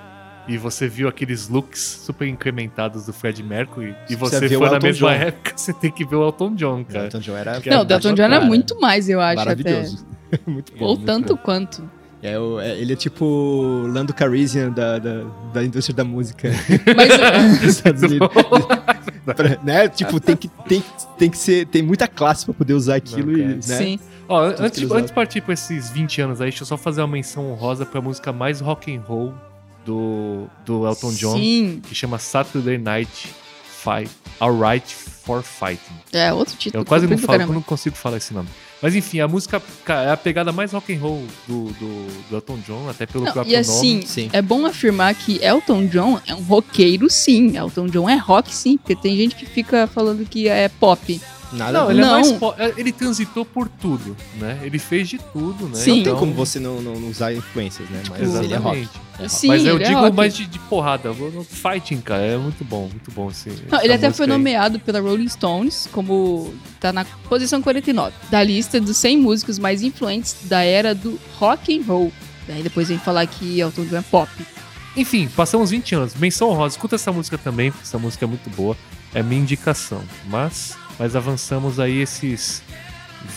[SPEAKER 2] e você viu aqueles looks super incrementados do Fred Mercury e
[SPEAKER 3] Precisa
[SPEAKER 2] você
[SPEAKER 3] ver o
[SPEAKER 2] foi na
[SPEAKER 3] Elton
[SPEAKER 2] mesma
[SPEAKER 3] John.
[SPEAKER 2] época, [LAUGHS] você tem que ver o Elton John, cara.
[SPEAKER 3] Elton John era
[SPEAKER 2] Que
[SPEAKER 1] não,
[SPEAKER 2] é
[SPEAKER 1] o Delton
[SPEAKER 2] da
[SPEAKER 1] John era
[SPEAKER 3] cara.
[SPEAKER 1] muito mais, eu acho, até.
[SPEAKER 3] [LAUGHS] maravilhoso. muito bom.
[SPEAKER 1] Ou
[SPEAKER 3] muito
[SPEAKER 1] tanto
[SPEAKER 3] bom.
[SPEAKER 1] quanto.
[SPEAKER 3] É, o- é, ele é tipo o Lando Calrissian da, da, da indústria da [LAUGHS] música.
[SPEAKER 2] [LAUGHS]
[SPEAKER 1] Mas,
[SPEAKER 3] dos Estados Unidos.
[SPEAKER 2] Muito bom.
[SPEAKER 3] Pra- né? Tipo, tem que, tem, que- tem que ser. Tem muita classe pra poder usar aquilo
[SPEAKER 2] Não,
[SPEAKER 3] e.
[SPEAKER 2] cara.
[SPEAKER 3] Né?
[SPEAKER 1] sim.
[SPEAKER 2] Ó,
[SPEAKER 3] que
[SPEAKER 2] antes,
[SPEAKER 3] eles
[SPEAKER 2] antes de partir pra esses 20 anos aí, deixa eu só fazer uma menção honrosa pra música mais rock and roll do, do Elton John,
[SPEAKER 1] Sim.
[SPEAKER 2] que chama Saturday Night Fight, Alright for Fighting.
[SPEAKER 1] É, outro título.
[SPEAKER 2] Eu quase não
[SPEAKER 1] comprido,
[SPEAKER 2] falo, eu
[SPEAKER 1] caramba.
[SPEAKER 2] não consigo falar esse nome. Mas enfim, a música cara, é a pegada mais rock and roll do, do, do Elton John, até pelo
[SPEAKER 1] Não,
[SPEAKER 2] próprio
[SPEAKER 1] e assim,
[SPEAKER 3] nome, sim.
[SPEAKER 1] é bom afirmar que Elton John é um roqueiro, sim. Elton John é rock, sim. Porque tem gente que fica falando que é pop.
[SPEAKER 3] Nada
[SPEAKER 2] nome. Não,
[SPEAKER 1] não.
[SPEAKER 2] ele,
[SPEAKER 3] não,
[SPEAKER 2] É mais po- ele transitou por tudo, né? Ele fez de tudo, né?
[SPEAKER 1] Sim.
[SPEAKER 3] não tem como você não, não usar influências, né? Mas
[SPEAKER 2] Exatamente.
[SPEAKER 3] ele é rock.
[SPEAKER 1] Sim,
[SPEAKER 2] Mas eu
[SPEAKER 1] ele é
[SPEAKER 2] digo
[SPEAKER 1] rock.
[SPEAKER 2] mais de, de porrada, eu vou no fighting, cara. É muito bom, muito bom esse.
[SPEAKER 1] Não,
[SPEAKER 2] essa
[SPEAKER 1] ele até
[SPEAKER 2] música
[SPEAKER 1] foi
[SPEAKER 2] aí.
[SPEAKER 1] nomeado pela Rolling Stones como tá na posição 49 da lista dos 100 músicos mais influentes da era do rock and roll. Daí depois vem falar que Elton John é pop.
[SPEAKER 2] Enfim, passamos 20 anos. Menção honrosa, escuta essa música também, porque essa música é muito boa. É minha indicação. Mas, mas avançamos aí esses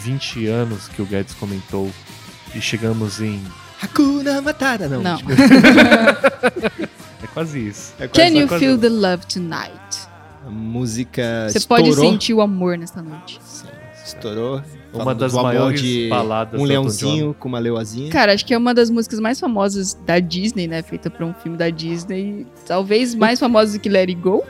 [SPEAKER 2] 20 anos que o Guedes comentou e chegamos em.
[SPEAKER 3] Hakuna Matata, não.
[SPEAKER 1] Não. [LAUGHS]
[SPEAKER 3] tipo,
[SPEAKER 2] É quase isso.
[SPEAKER 3] é quase
[SPEAKER 1] Can you
[SPEAKER 2] quase-
[SPEAKER 1] feel the love tonight?
[SPEAKER 3] A
[SPEAKER 2] É,
[SPEAKER 3] música
[SPEAKER 1] Você
[SPEAKER 3] estourou.
[SPEAKER 1] pode sentir o amor nesta noite.
[SPEAKER 3] Estourou.
[SPEAKER 2] Uma
[SPEAKER 3] Falando
[SPEAKER 2] das
[SPEAKER 3] do amor
[SPEAKER 2] maiores
[SPEAKER 3] de
[SPEAKER 2] baladas
[SPEAKER 3] Um
[SPEAKER 2] do Elton John.
[SPEAKER 3] leãozinho com uma leoazinha.
[SPEAKER 1] Cara, acho que é uma das músicas mais famosas da Disney, né? Feita pra um filme da Disney. Talvez mais famosa do que Let It Go.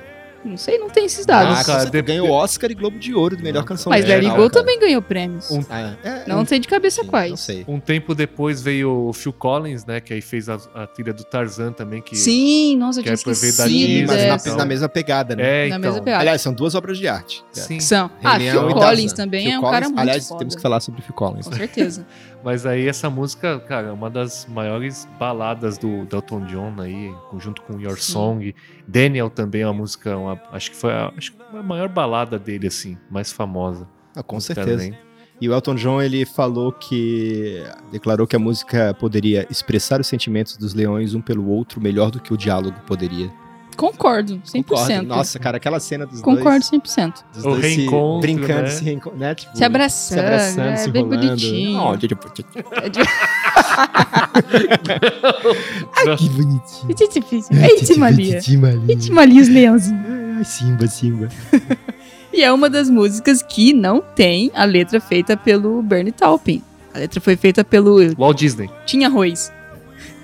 [SPEAKER 1] Não sei, não tem esses dados.
[SPEAKER 3] Ah,
[SPEAKER 2] cara,
[SPEAKER 3] cara,
[SPEAKER 2] de-
[SPEAKER 3] ganhou Oscar e Globo de Ouro de melhor canção
[SPEAKER 1] Mas
[SPEAKER 2] é,
[SPEAKER 1] Let It
[SPEAKER 3] original,
[SPEAKER 1] Go
[SPEAKER 3] cara.
[SPEAKER 1] também ganhou prêmios.
[SPEAKER 2] Um-
[SPEAKER 3] Ah, é,
[SPEAKER 1] Não sei de cabeça
[SPEAKER 3] sim, Não
[SPEAKER 1] quais.
[SPEAKER 3] sei.
[SPEAKER 2] Um tempo depois veio o Phil Collins, né? Que aí fez a, a trilha do Tarzan também. Que
[SPEAKER 1] Sim, nossa, eu tinha
[SPEAKER 2] Que é pra ver da
[SPEAKER 1] esquecido
[SPEAKER 2] Disney,
[SPEAKER 3] Sim, mas
[SPEAKER 1] dessa.
[SPEAKER 3] na,
[SPEAKER 2] Então-
[SPEAKER 3] na mesma pegada, né?
[SPEAKER 2] É,
[SPEAKER 1] Na
[SPEAKER 2] então.
[SPEAKER 1] mesma pegada.
[SPEAKER 3] Aliás, são duas obras de arte.
[SPEAKER 2] Sim.
[SPEAKER 1] que são. Ah,
[SPEAKER 3] Rei Leão
[SPEAKER 1] Phil
[SPEAKER 3] e
[SPEAKER 1] Collins
[SPEAKER 3] Tarzan.
[SPEAKER 1] também
[SPEAKER 3] Phil
[SPEAKER 1] é um
[SPEAKER 3] Collins-
[SPEAKER 1] cara muito
[SPEAKER 3] Aliás,
[SPEAKER 1] foda.
[SPEAKER 3] temos que falar sobre o Phil Collins.
[SPEAKER 1] Com certeza.
[SPEAKER 2] Mas aí essa música, cara, é uma das maiores baladas do do Elton John aí, junto com Your
[SPEAKER 1] Sim.
[SPEAKER 2] Song. Daniel também é uma música, uma- acho que foi a, acho que foi a maior balada dele, assim, mais famosa.
[SPEAKER 3] Ah, com certeza.
[SPEAKER 2] Também.
[SPEAKER 3] E o Elton John, ele falou que... Declarou que a música poderia expressar os sentimentos dos leões um pelo outro melhor do que o diálogo poderia.
[SPEAKER 1] Concordo, 100%.
[SPEAKER 3] Concordo. Nossa, cara, aquela cena dos
[SPEAKER 1] Concordo
[SPEAKER 3] dois...
[SPEAKER 1] 100%.
[SPEAKER 3] Dos
[SPEAKER 2] O
[SPEAKER 3] dois se
[SPEAKER 2] reencontro,
[SPEAKER 3] Brincando,
[SPEAKER 2] né?
[SPEAKER 3] se reencontrando, né? Tipo,
[SPEAKER 1] Se abraçando,
[SPEAKER 3] se abraçando,
[SPEAKER 1] é
[SPEAKER 3] se
[SPEAKER 1] bem
[SPEAKER 3] rolando.
[SPEAKER 1] bonitinho.
[SPEAKER 3] Oh, tipo, tipo,
[SPEAKER 1] É de-
[SPEAKER 3] que bonitinho.
[SPEAKER 1] It's difícil. É Itimalia.
[SPEAKER 3] Itimalia.
[SPEAKER 1] Itimalia os leãozinhos.
[SPEAKER 3] Ai, Simba, Simba.
[SPEAKER 1] E é uma das músicas que não tem a letra feita pelo Bernie Taupin. A letra foi feita pelo [LAUGHS]
[SPEAKER 2] Walt Disney.
[SPEAKER 1] Tim Arroz.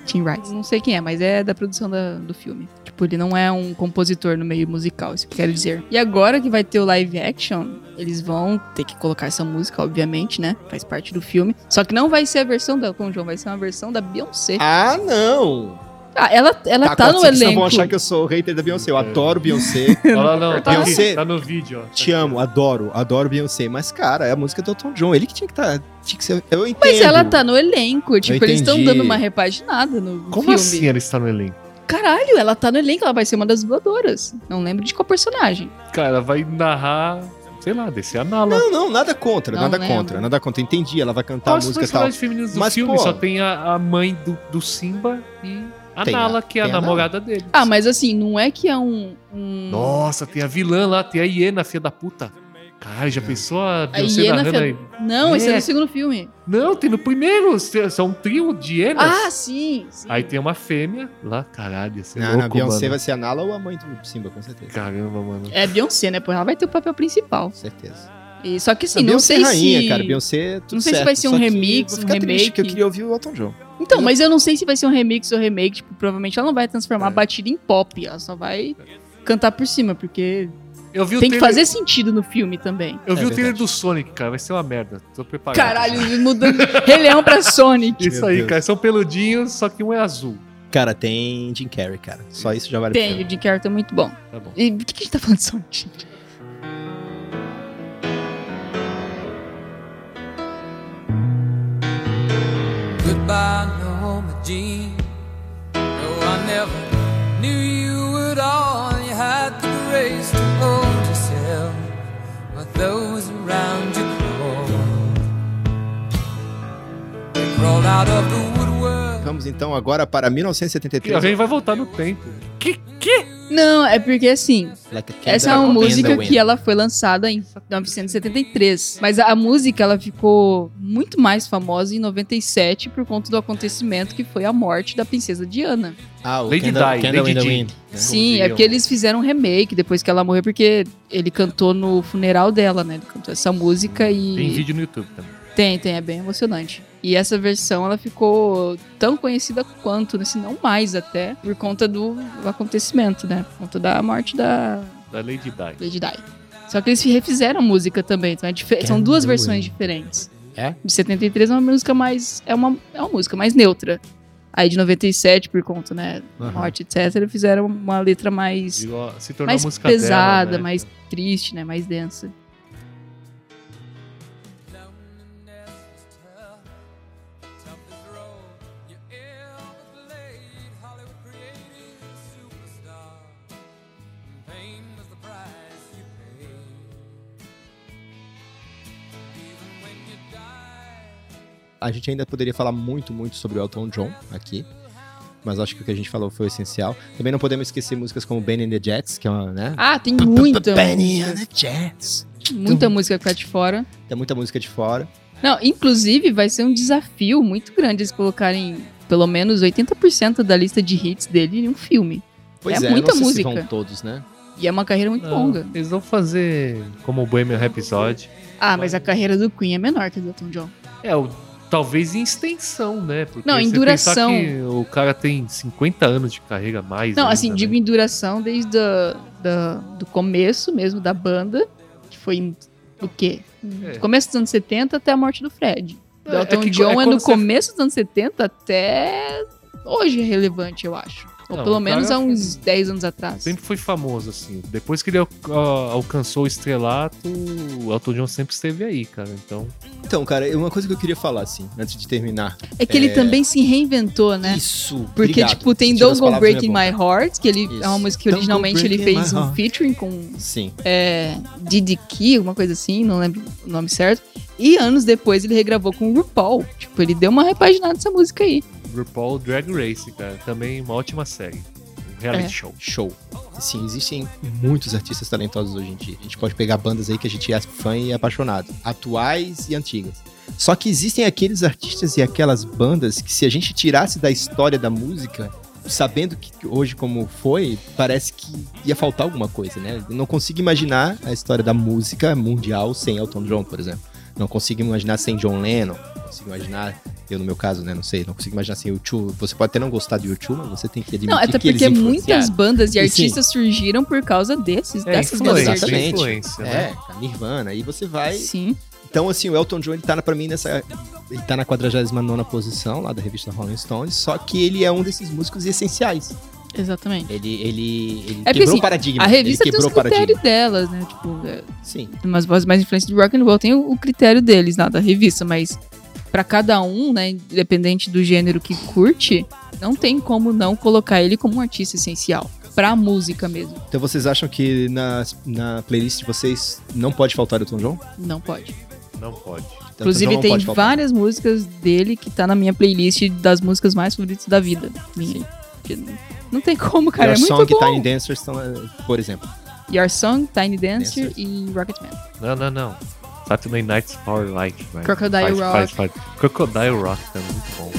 [SPEAKER 1] Tim Rice. Não sei quem é, mas é da produção da- do filme. Tipo, ele não é um compositor no meio musical, isso que eu quero dizer. E agora que vai ter o live action, eles vão ter que colocar essa música, obviamente, né? Faz parte do filme. Só que não vai ser a versão da Elton John, vai ser uma versão da Beyoncé.
[SPEAKER 3] Ah, não!
[SPEAKER 1] Ah, ela, ela tá, no
[SPEAKER 3] acontecendo que Vocês vão
[SPEAKER 1] elenco.
[SPEAKER 3] achar que eu sou o hater da Beyoncé. Eu adoro Beyoncé.
[SPEAKER 2] Olha lá, não, tá, aqui,
[SPEAKER 3] Beyoncé,
[SPEAKER 2] tá no vídeo, ó.
[SPEAKER 3] Te amo, adoro, adoro Beyoncé. Mas, cara, é a música do Elton John. Ele que tinha que estar. tinha que ser. Eu entendo.
[SPEAKER 1] Mas ela tá no elenco. Tipo, eles estão
[SPEAKER 3] entendi.
[SPEAKER 1] dando uma repaginada no
[SPEAKER 2] Como
[SPEAKER 1] filme.
[SPEAKER 2] assim ela está no elenco?
[SPEAKER 1] Caralho, ela tá no elenco, ela vai ser uma das dubladoras. Não lembro de qual personagem.
[SPEAKER 2] Cara, ela vai narrar, sei lá, descer a nala.
[SPEAKER 3] Não, não, nada contra,
[SPEAKER 1] Não
[SPEAKER 3] nada
[SPEAKER 1] lembro.
[SPEAKER 3] contra, nada contra. Entendi, ela vai cantar
[SPEAKER 2] Quais
[SPEAKER 3] a
[SPEAKER 2] Tá, os
[SPEAKER 3] música e tal.
[SPEAKER 2] personagens femininos do
[SPEAKER 3] Mas,
[SPEAKER 2] filme?
[SPEAKER 3] pô.
[SPEAKER 2] Só tem a, a mãe do, do Simba e a
[SPEAKER 3] Tem a-
[SPEAKER 2] Nala, que é a
[SPEAKER 3] tem a Nala.
[SPEAKER 2] namorada dele.
[SPEAKER 1] Ah, mas assim, não é que é um. um-
[SPEAKER 2] Nossa, tem a vilã lá, tem a hiena, filha da puta. Caralho, já pensou a Beyoncé
[SPEAKER 1] hiena,
[SPEAKER 2] narrando
[SPEAKER 1] filha-
[SPEAKER 2] aí?
[SPEAKER 1] Não, esse é
[SPEAKER 2] É.
[SPEAKER 1] do segundo filme.
[SPEAKER 2] Não, tem no primeiro. se- São um trio de hienas.
[SPEAKER 1] Ah, sim. sim.
[SPEAKER 2] Aí tem uma fêmea lá. Caralho, você é
[SPEAKER 3] Não,
[SPEAKER 2] louco,
[SPEAKER 3] a Beyoncé
[SPEAKER 2] mano.
[SPEAKER 3] vai ser a Nala ou a mãe do Simba, com certeza.
[SPEAKER 2] Caramba, mano.
[SPEAKER 1] É a Beyoncé, né? Pô, ela vai ter o papel principal.
[SPEAKER 3] Com certeza.
[SPEAKER 1] E, só que assim,
[SPEAKER 3] A
[SPEAKER 1] não
[SPEAKER 3] Beyoncé
[SPEAKER 1] sei
[SPEAKER 3] é rainha,
[SPEAKER 1] se.
[SPEAKER 3] cara. Beyoncé, é tudo
[SPEAKER 1] não sei se
[SPEAKER 3] certo,
[SPEAKER 1] vai ser um
[SPEAKER 3] só que
[SPEAKER 1] remix,
[SPEAKER 3] vou ficar
[SPEAKER 1] um
[SPEAKER 3] triste,
[SPEAKER 1] remake.
[SPEAKER 3] que eu queria ouvir o Elton John.
[SPEAKER 1] Então, mas eu não sei se vai ser um remix ou remake.
[SPEAKER 3] É.
[SPEAKER 1] Tipo, provavelmente ela não vai transformar a batida em pop. Ela só vai cantar por cima, porque
[SPEAKER 2] Eu vi o
[SPEAKER 1] Tem que
[SPEAKER 2] trailer-
[SPEAKER 1] fazer sentido no filme também.
[SPEAKER 2] Eu vi
[SPEAKER 3] É
[SPEAKER 2] o trailer
[SPEAKER 3] verdade.
[SPEAKER 2] do Sonic, cara. Vai ser uma merda. Tô preparado.
[SPEAKER 1] Caralho, mudando [LAUGHS] Rei Leão pra Sonic.
[SPEAKER 2] Isso
[SPEAKER 3] Meu
[SPEAKER 2] aí,
[SPEAKER 3] Deus.
[SPEAKER 2] cara. São peludinhos, só que um é azul.
[SPEAKER 3] Cara, tem Jim Carrey, cara. é Só isso já vale a
[SPEAKER 1] Tem,
[SPEAKER 3] pena.
[SPEAKER 1] o Jim Carrey tá muito bom.
[SPEAKER 2] Tá bom.
[SPEAKER 1] E por que que a gente tá falando de Sonic?
[SPEAKER 4] Goodbye, Norma Jean. No, I never knew you at all. You had the grace to hold yourself, but those around you crawled. They crawled out of the woodwork.
[SPEAKER 3] Vamos então agora
[SPEAKER 2] E
[SPEAKER 3] para
[SPEAKER 2] a
[SPEAKER 3] 1973.
[SPEAKER 2] gente vai voltar no tempo. Que que?
[SPEAKER 1] Não, é porque assim,
[SPEAKER 3] Like a
[SPEAKER 1] essa é
[SPEAKER 3] candle
[SPEAKER 1] uma
[SPEAKER 3] in the
[SPEAKER 1] música
[SPEAKER 3] wind.
[SPEAKER 1] que ela foi lançada em 1973, mas a a música ela ficou muito mais famosa em 97 por conta do acontecimento que foi a morte da princesa Diana.
[SPEAKER 2] Né?
[SPEAKER 3] Ah, o
[SPEAKER 2] Lady
[SPEAKER 3] Candle,
[SPEAKER 2] Di,
[SPEAKER 3] Candle
[SPEAKER 2] Lady
[SPEAKER 3] in the
[SPEAKER 2] Di.
[SPEAKER 3] Wind.
[SPEAKER 1] Sim, é
[SPEAKER 2] diriam.
[SPEAKER 1] porque eles fizeram um remake depois que ela morreu, porque ele cantou no funeral dela, né? Ele cantou essa música e.
[SPEAKER 2] Tem vídeo no YouTube também.
[SPEAKER 1] Tem, tem, é bem emocionante. E essa versão ela ficou tão conhecida quanto, né, se não mais até, por conta do acontecimento, né? Por conta da morte da
[SPEAKER 2] Da Lady Di.
[SPEAKER 1] Lady Di. Só que eles refizeram a música também, então é dife- são duas
[SPEAKER 3] Caramba.
[SPEAKER 1] versões diferentes.
[SPEAKER 3] É?
[SPEAKER 1] De 73 é uma música mais é uma é uma música mais neutra. Aí de 97 por conta, né, da
[SPEAKER 3] Aham.
[SPEAKER 1] morte, etc, fizeram uma letra mais
[SPEAKER 2] Digo, ó, Se tornou a
[SPEAKER 1] mais
[SPEAKER 2] música
[SPEAKER 1] pesada,
[SPEAKER 2] dela, né?
[SPEAKER 1] mais triste, né? Mais densa.
[SPEAKER 3] A gente ainda poderia falar muito, muito sobre o Elton John aqui. Mas acho que o que a gente falou foi o essencial. Também não podemos esquecer músicas como Benny and the Jets, que é uma, né?
[SPEAKER 1] Ah, tem muita,
[SPEAKER 3] Benny and the Jets.
[SPEAKER 1] muita música que tá de fora.
[SPEAKER 3] Tem muita música de fora.
[SPEAKER 1] Não, inclusive vai ser um desafio muito grande eles colocarem pelo menos 80% da lista de hits dele em um filme.
[SPEAKER 3] Pois
[SPEAKER 1] É
[SPEAKER 3] é,
[SPEAKER 1] muita
[SPEAKER 3] não sei
[SPEAKER 1] música.
[SPEAKER 3] se vão todos, né?
[SPEAKER 1] E é uma carreira muito
[SPEAKER 2] Não,
[SPEAKER 1] longa.
[SPEAKER 2] Eles vão fazer como o Bohemian Rhapsody.
[SPEAKER 1] Ah, mas a carreira do Queen é menor que a do Elton John.
[SPEAKER 2] É, o- talvez em extensão, né? Porque
[SPEAKER 1] Não, em
[SPEAKER 2] você
[SPEAKER 1] duração.
[SPEAKER 2] pensar que o cara tem 50 anos de carreira a mais.
[SPEAKER 1] Não,
[SPEAKER 2] ainda,
[SPEAKER 1] assim,
[SPEAKER 2] né?
[SPEAKER 1] digo em duração desde a- da, do começo mesmo da banda, que foi em- o quê?
[SPEAKER 2] É.
[SPEAKER 1] Do começo dos anos 70 até a morte do Fred. Do
[SPEAKER 2] É, é
[SPEAKER 1] Elton
[SPEAKER 2] que- é
[SPEAKER 1] John é,
[SPEAKER 2] quando
[SPEAKER 1] no
[SPEAKER 2] você-
[SPEAKER 1] começo dos anos 70 até hoje é relevante, eu acho. Ou
[SPEAKER 2] Não,
[SPEAKER 1] pelo
[SPEAKER 2] o
[SPEAKER 1] menos
[SPEAKER 2] cara-
[SPEAKER 1] há uns 10 anos atrás.
[SPEAKER 2] Sempre foi famoso, assim. Depois que ele al- a- alcançou o estrelato, o Elton John sempre esteve aí, cara. Então,
[SPEAKER 3] Então, cara, uma coisa que eu queria falar, assim, antes de terminar.
[SPEAKER 1] É que ele também se reinventou, né?
[SPEAKER 3] Isso,
[SPEAKER 1] Porque,
[SPEAKER 3] obrigado.
[SPEAKER 1] tipo, tem
[SPEAKER 3] Tirou
[SPEAKER 1] Don't
[SPEAKER 3] as
[SPEAKER 1] Go
[SPEAKER 3] palavras né, da
[SPEAKER 1] Breaking
[SPEAKER 3] minha
[SPEAKER 1] My Heart, que ele
[SPEAKER 3] Isso.
[SPEAKER 1] é uma música que
[SPEAKER 3] Don't Go
[SPEAKER 1] originalmente ele
[SPEAKER 3] Breaking
[SPEAKER 1] fez
[SPEAKER 3] My
[SPEAKER 1] um
[SPEAKER 3] Heart.
[SPEAKER 1] featuring com
[SPEAKER 3] boca. Sim.
[SPEAKER 1] é, Didi Key, alguma coisa assim, não lembro o nome certo. E anos depois ele regravou com o RuPaul. Tipo, ele deu uma repaginada nessa música aí.
[SPEAKER 2] RuPaul Drag Race, cara. Também uma ótima série. Um reality
[SPEAKER 1] É.
[SPEAKER 2] show.
[SPEAKER 3] Show. Sim, existem muitos artistas talentosos hoje em dia. A gente pode pegar bandas aí que a gente é fã e apaixonado, atuais e antigas. Só que existem aqueles artistas e aquelas bandas que se a gente tirasse da história da música, sabendo que hoje como foi, parece que ia faltar alguma coisa, né? Eu não consigo imaginar a história da música mundial sem Elton John, por exemplo. Não consigo imaginar sem John Lennon, não consigo imaginar eu no meu caso, né, não sei, não consigo imaginar sem YouTube. Você pode até não gostar do YouTube, mas você tem que admitir
[SPEAKER 1] Não, é até
[SPEAKER 3] que eles
[SPEAKER 1] porque
[SPEAKER 3] influenciaram.
[SPEAKER 1] muitas bandas e
[SPEAKER 3] E sim.
[SPEAKER 1] artistas surgiram por causa
[SPEAKER 2] É,
[SPEAKER 1] desses, dessas bandas e artistas.
[SPEAKER 2] influência,
[SPEAKER 3] exatamente.
[SPEAKER 2] influência, né?
[SPEAKER 3] É, a Nirvana, aí você vai.
[SPEAKER 1] Sim.
[SPEAKER 3] Então, assim, o Elton John, ele tá na- pra mim nessa. Ele tá na 49 posição lá da revista Rolling Stones, só que ele é um desses músicos essenciais.
[SPEAKER 1] Exatamente.
[SPEAKER 3] Ele, ele, ele
[SPEAKER 1] porque,
[SPEAKER 3] quebrou
[SPEAKER 1] assim,
[SPEAKER 3] o paradigma.
[SPEAKER 1] A revista
[SPEAKER 3] ele
[SPEAKER 1] tem os
[SPEAKER 3] quebrou o
[SPEAKER 1] critérios
[SPEAKER 3] paradigma.
[SPEAKER 1] delas, né? Tipo, é,
[SPEAKER 3] Sim.
[SPEAKER 1] tem umas vozes mais influentes do rock and roll, tem o, o critério deles lá da revista, mas pra cada um, né, independente do gênero que curte, não tem como não colocar ele como um artista essencial pra música mesmo.
[SPEAKER 3] Então vocês acham que na, na playlist de vocês não pode faltar Elton John? Então,
[SPEAKER 1] Não pode.
[SPEAKER 2] Não pode.
[SPEAKER 3] Elton John
[SPEAKER 1] Inclusive
[SPEAKER 3] Então, não
[SPEAKER 1] tem
[SPEAKER 3] pode faltar.
[SPEAKER 1] várias músicas dele que tá na minha playlist das músicas mais favoritas da vida. Minha. Porque não- Não tem como, cara,
[SPEAKER 3] Your
[SPEAKER 1] é muito
[SPEAKER 3] Song
[SPEAKER 1] bom.
[SPEAKER 3] e Tiny Dancers estão, eh, por exemplo.
[SPEAKER 1] Your Song, Tiny Dancer
[SPEAKER 3] Dancer.
[SPEAKER 1] e Rocketman.
[SPEAKER 2] Não, não, não. Saturday Night's Power Light, velho.
[SPEAKER 1] Crocodile
[SPEAKER 2] Faz, faz, faz. Crocodile Rock também, é muito bom.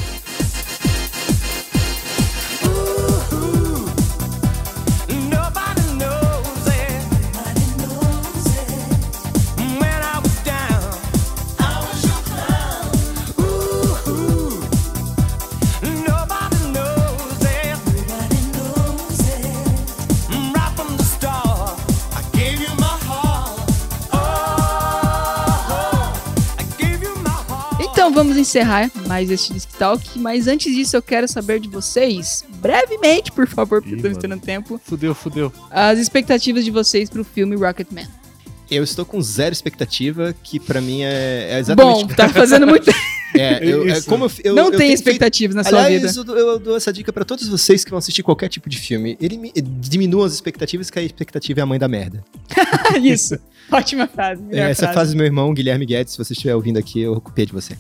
[SPEAKER 4] Nobody knows it. When I was down, Ooh, nobody knows it. Right from the start, I gave you my Oh,
[SPEAKER 1] Então, vamos encerrar mais este Disc Talk, mas antes disso eu quero saber de vocês, brevemente, por favor, porque eu
[SPEAKER 2] Ih,
[SPEAKER 1] tô
[SPEAKER 2] mano.
[SPEAKER 1] estourando tempo,
[SPEAKER 2] Fudeu, fudeu.
[SPEAKER 1] as expectativas de vocês pro filme Rocketman.
[SPEAKER 3] Eu estou com zero expectativa, que pra mim é, é exatamente.
[SPEAKER 1] Bom, tá fazendo
[SPEAKER 3] [LAUGHS]
[SPEAKER 1] muito.
[SPEAKER 3] É, eu, é
[SPEAKER 2] Isso.
[SPEAKER 3] como eu, eu-
[SPEAKER 1] Não
[SPEAKER 3] eu
[SPEAKER 1] tem
[SPEAKER 3] tenho
[SPEAKER 1] expectativas na
[SPEAKER 3] feito-
[SPEAKER 1] sua vida.
[SPEAKER 3] [LAUGHS] Aliás, eu, dou- eu dou essa dica pra todos vocês que vão assistir qualquer tipo de filme. Ele me, diminua as expectativas, que a expectativa é a mãe da merda. É,
[SPEAKER 1] Isso. [LAUGHS] Ótima frase. melhor
[SPEAKER 3] Essa frase do meu irmão, Guilherme Guedes, se você estiver ouvindo aqui, eu copiei de você.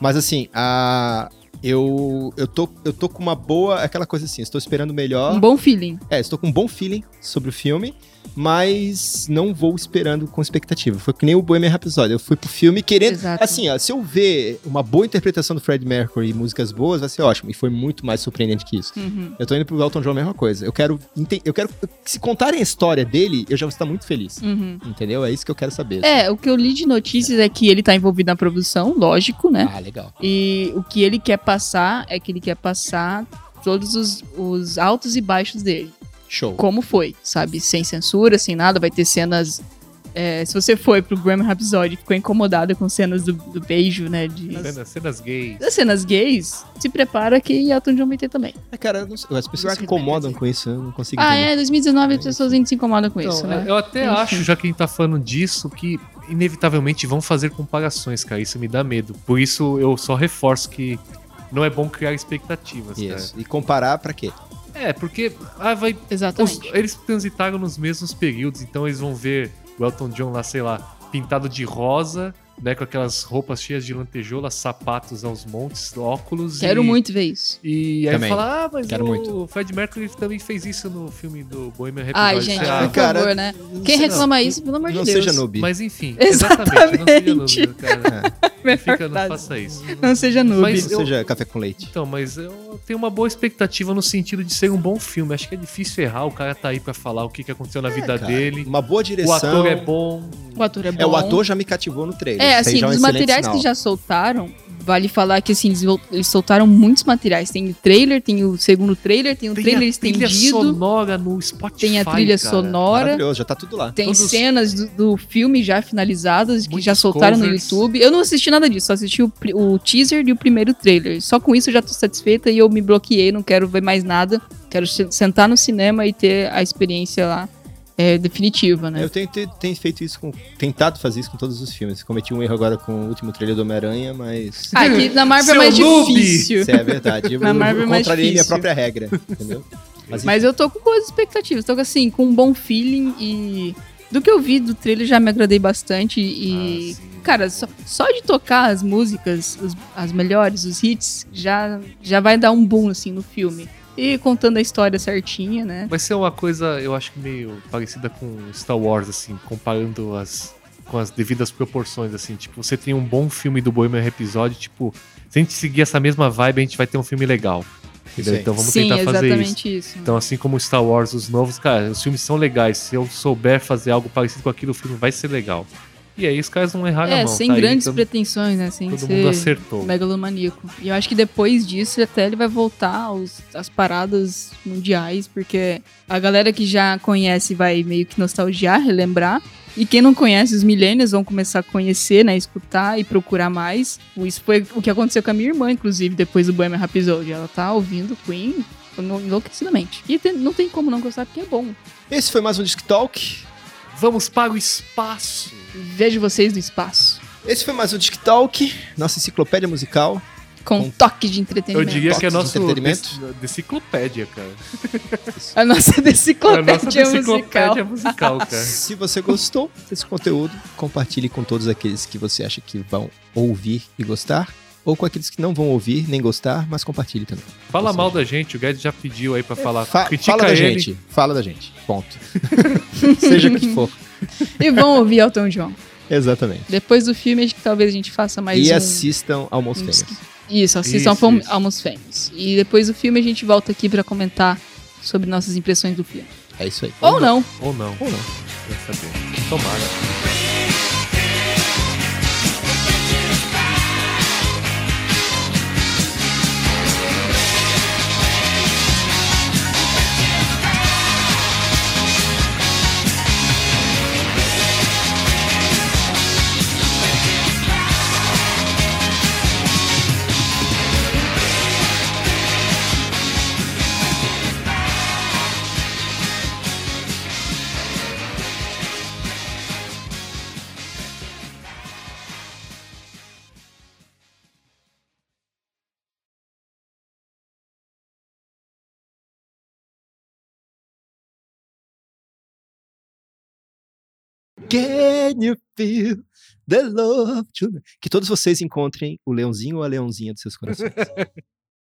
[SPEAKER 3] Mas assim, a- eu, eu, tô, eu tô com uma boa. Aquela coisa assim, estou esperando o melhor.
[SPEAKER 1] Um bom feeling.
[SPEAKER 3] É, estou com um bom feeling sobre o filme, mas não vou esperando com expectativa. Foi que nem o Bohemian Rhapsody. Eu fui pro filme querendo...
[SPEAKER 1] Exato.
[SPEAKER 3] Assim, ó, se eu ver uma boa interpretação do Fred Mercury e músicas boas, vai ser ótimo. E foi muito mais surpreendente que isso.
[SPEAKER 1] Uhum.
[SPEAKER 3] Eu tô indo pro Elton John, a mesma coisa. Eu quero... ente- Eu quero... Se contarem a história dele, eu já vou estar muito feliz.
[SPEAKER 1] Uhum.
[SPEAKER 3] Entendeu? É isso que eu quero saber.
[SPEAKER 1] É, o que eu li de notícias é que ele tá envolvido na produção, lógico, né?
[SPEAKER 3] Ah, legal.
[SPEAKER 1] E o que ele quer passar é que ele quer passar todos os, os altos e baixos dele.
[SPEAKER 3] Show.
[SPEAKER 1] Como foi, sabe? Sem censura, sem nada, vai ter cenas. é, se você foi pro Grammy Rhapsody e ficou incomodada com cenas do, do beijo, né? De,
[SPEAKER 2] Cenas, cenas gays.
[SPEAKER 1] das cenas gays, se prepara que Elton John vai ter também.
[SPEAKER 3] É, cara, eu não sei, as pessoas se
[SPEAKER 1] Rocket
[SPEAKER 3] incomodam com isso. Eu não consigo
[SPEAKER 1] Ah,
[SPEAKER 3] entender.
[SPEAKER 1] é, 2019 as pessoas ainda se incomodam com isso,
[SPEAKER 2] Então,
[SPEAKER 1] né?
[SPEAKER 2] Eu até
[SPEAKER 1] Enfim.
[SPEAKER 2] acho, já quem tá falando disso, que inevitavelmente vão fazer comparações, cara. Isso me dá medo. Por isso eu só reforço que não é bom criar expectativas,
[SPEAKER 1] é?
[SPEAKER 3] Isso. E comparar pra quê?
[SPEAKER 2] cara. É, porque ah, vai, os-
[SPEAKER 1] Exatamente.
[SPEAKER 2] eles transitaram nos mesmos períodos, então eles vão ver o Elton John lá, sei lá, pintado de rosa, né? Com aquelas roupas cheias de lantejoula, sapatos aos montes, óculos.
[SPEAKER 1] Quero
[SPEAKER 2] e-
[SPEAKER 1] muito ver isso.
[SPEAKER 2] E aí
[SPEAKER 3] Também.
[SPEAKER 2] fala, ah, mas
[SPEAKER 3] Quero
[SPEAKER 2] o
[SPEAKER 3] muito.
[SPEAKER 2] Fred Mercury também fez isso no filme do Bohemian Rhapsody.
[SPEAKER 1] Ai, gente,
[SPEAKER 2] Ah,
[SPEAKER 1] por
[SPEAKER 3] cara,
[SPEAKER 1] favor, né? Quem
[SPEAKER 3] sei,
[SPEAKER 1] reclama isso, pelo amor de
[SPEAKER 3] não
[SPEAKER 1] Deus.
[SPEAKER 3] seja noob.
[SPEAKER 2] Mas enfim,
[SPEAKER 1] [LAUGHS] Exatamente. É [LAUGHS]
[SPEAKER 2] Não seja noob, né, cara.
[SPEAKER 3] É.
[SPEAKER 1] Melhor
[SPEAKER 2] Fica, não
[SPEAKER 1] frase.
[SPEAKER 2] faça isso.
[SPEAKER 1] Não seja noob.
[SPEAKER 2] Mas-
[SPEAKER 3] Ou
[SPEAKER 2] eu-
[SPEAKER 3] seja, café com leite.
[SPEAKER 2] Então, mas eu tenho uma boa expectativa no sentido de ser um bom filme. Acho que é difícil errar. O cara tá aí pra falar o que, que aconteceu na vida
[SPEAKER 3] É, cara.
[SPEAKER 2] dele.
[SPEAKER 3] Uma boa
[SPEAKER 2] O
[SPEAKER 3] direção.
[SPEAKER 2] ator é bom.
[SPEAKER 1] O ator é bom.
[SPEAKER 3] É, o ator já me cativou no trailer.
[SPEAKER 1] É,
[SPEAKER 3] Isso aí
[SPEAKER 1] assim,
[SPEAKER 3] já é um
[SPEAKER 1] dos
[SPEAKER 3] excelente
[SPEAKER 1] materiais
[SPEAKER 3] sinal.
[SPEAKER 1] que já soltaram, vale falar que, assim, eles, vol- eles soltaram muitos materiais. Tem o trailer, tem o segundo trailer, tem o
[SPEAKER 2] Tem
[SPEAKER 1] Um trailer
[SPEAKER 2] a trilha
[SPEAKER 1] estendido,
[SPEAKER 2] sonora no Spotify.
[SPEAKER 1] tem a trilha
[SPEAKER 2] cara.
[SPEAKER 1] sonora,
[SPEAKER 3] Maravilhoso, já tá tudo lá.
[SPEAKER 1] tem
[SPEAKER 2] Todos-
[SPEAKER 1] cenas do, do filme já finalizadas, que
[SPEAKER 2] Muitos
[SPEAKER 1] já soltaram no
[SPEAKER 2] covers.
[SPEAKER 1] YouTube. Eu não assisti nada disso, só assisti o, pri- o teaser e o primeiro trailer. Só com isso eu já tô satisfeita e eu me bloqueei, não quero ver mais nada. Quero se- sentar no cinema e ter a experiência lá é, definitiva, né?
[SPEAKER 3] Eu tenho, te- tenho feito isso com. Tentado fazer isso com todos os filmes. Cometi um erro agora com o último trailer do Homem-Aranha, mas.
[SPEAKER 1] Ah, que na Marvel é
[SPEAKER 2] Seu
[SPEAKER 1] mais
[SPEAKER 2] noob!
[SPEAKER 1] difícil.
[SPEAKER 3] Isso é verdade.
[SPEAKER 1] [LAUGHS]
[SPEAKER 3] Eu,
[SPEAKER 1] Na Marvel é
[SPEAKER 3] eu
[SPEAKER 1] mais
[SPEAKER 3] contrariei minha
[SPEAKER 1] difícil.
[SPEAKER 3] própria regra, entendeu? Mas,
[SPEAKER 1] Mas eu tô com boas expectativas. Tô assim, com um bom feeling e. Do que eu vi do trailer já me agradei bastante.
[SPEAKER 2] Ah,
[SPEAKER 1] E.
[SPEAKER 2] sim.
[SPEAKER 1] cara, só, só de tocar as músicas, os- as melhores, os hits, já, já vai dar um boom, assim, no filme. E contando a história certinha, né?
[SPEAKER 2] Vai ser uma coisa, eu acho que meio parecida com Star Wars, assim, comparando as com as devidas proporções, assim. Tipo, você tem um bom filme do Bohemian Rhapsody, tipo, se a gente seguir essa mesma vibe, a gente vai ter um filme legal. Entendeu?
[SPEAKER 3] Sim.
[SPEAKER 2] Então vamos
[SPEAKER 1] Sim,
[SPEAKER 2] tentar fazer isso.
[SPEAKER 1] exatamente isso.
[SPEAKER 2] Então, assim como Star Wars, os novos, cara, os filmes são legais. Se eu souber fazer algo parecido com aquilo, o filme vai ser legal. E aí os caras não erraram a
[SPEAKER 1] é,
[SPEAKER 2] mão.
[SPEAKER 1] sem
[SPEAKER 2] tá aí,
[SPEAKER 1] grandes
[SPEAKER 2] todo-
[SPEAKER 1] pretensões, né? Sem
[SPEAKER 2] Todo
[SPEAKER 1] ser
[SPEAKER 2] mundo acertou.
[SPEAKER 1] megalomaníaco. E eu acho que depois disso até ele vai voltar aos, às paradas mundiais, porque a galera que já conhece vai meio que nostalgiar, relembrar. E quem não conhece, os millennials vão começar a conhecer, né, escutar e procurar mais. Isso foi o que aconteceu com a minha irmã, inclusive, depois do Bohemian Rhapsody. Ela tá ouvindo Queen enlouquecidamente. E tem- não tem como não gostar, porque é bom.
[SPEAKER 3] Esse foi mais um Disc Talk.
[SPEAKER 2] Vamos para o espaço.
[SPEAKER 1] Vejo vocês no espaço.
[SPEAKER 3] Esse foi mais um Disc Talk, nossa enciclopédia musical.
[SPEAKER 1] Com um
[SPEAKER 3] Com-
[SPEAKER 1] toque de
[SPEAKER 2] Eu
[SPEAKER 1] entretenimento.
[SPEAKER 2] diria que é
[SPEAKER 3] Toques
[SPEAKER 2] nosso
[SPEAKER 3] de entretenimento.
[SPEAKER 2] des- deciclopédia, cara.
[SPEAKER 1] [LAUGHS] A nossa
[SPEAKER 2] É a
[SPEAKER 1] deciclopédia,
[SPEAKER 2] nossa
[SPEAKER 1] musical.
[SPEAKER 2] deciclopédia musical, cara.
[SPEAKER 3] Se você gostou desse conteúdo, compartilhe com todos aqueles que você acha que vão ouvir e gostar, ou com aqueles que não vão ouvir nem gostar, mas compartilhe também.
[SPEAKER 2] [LAUGHS] Fala
[SPEAKER 3] Ou
[SPEAKER 2] mal da gente, o Guedes já pediu aí pra falar.
[SPEAKER 3] É, Fa-
[SPEAKER 2] Critica
[SPEAKER 3] fala da
[SPEAKER 2] ele.
[SPEAKER 3] gente. Fala da gente.
[SPEAKER 1] [LAUGHS]
[SPEAKER 3] Ponto. Seja o que for.
[SPEAKER 1] E vão ouvir Elton John.
[SPEAKER 3] Exatamente.
[SPEAKER 1] Depois do filme, acho que talvez a gente faça mais
[SPEAKER 3] e
[SPEAKER 1] um.
[SPEAKER 3] assistam ao Most
[SPEAKER 1] um
[SPEAKER 3] Famous.
[SPEAKER 1] esqui- Isso, um assistam
[SPEAKER 2] Isso,
[SPEAKER 1] Fam-
[SPEAKER 2] isso.
[SPEAKER 1] Almost Famous. E depois do filme a gente volta aqui pra comentar sobre nossas impressões do filme.
[SPEAKER 3] É isso aí.
[SPEAKER 1] Ou não.
[SPEAKER 2] Ou não.
[SPEAKER 3] Ou não.
[SPEAKER 2] Quer saber? Tomara.
[SPEAKER 6] Thank
[SPEAKER 3] Can you feel the love tonight? Que todos vocês encontrem o leãozinho ou a leãozinha dos seus corações.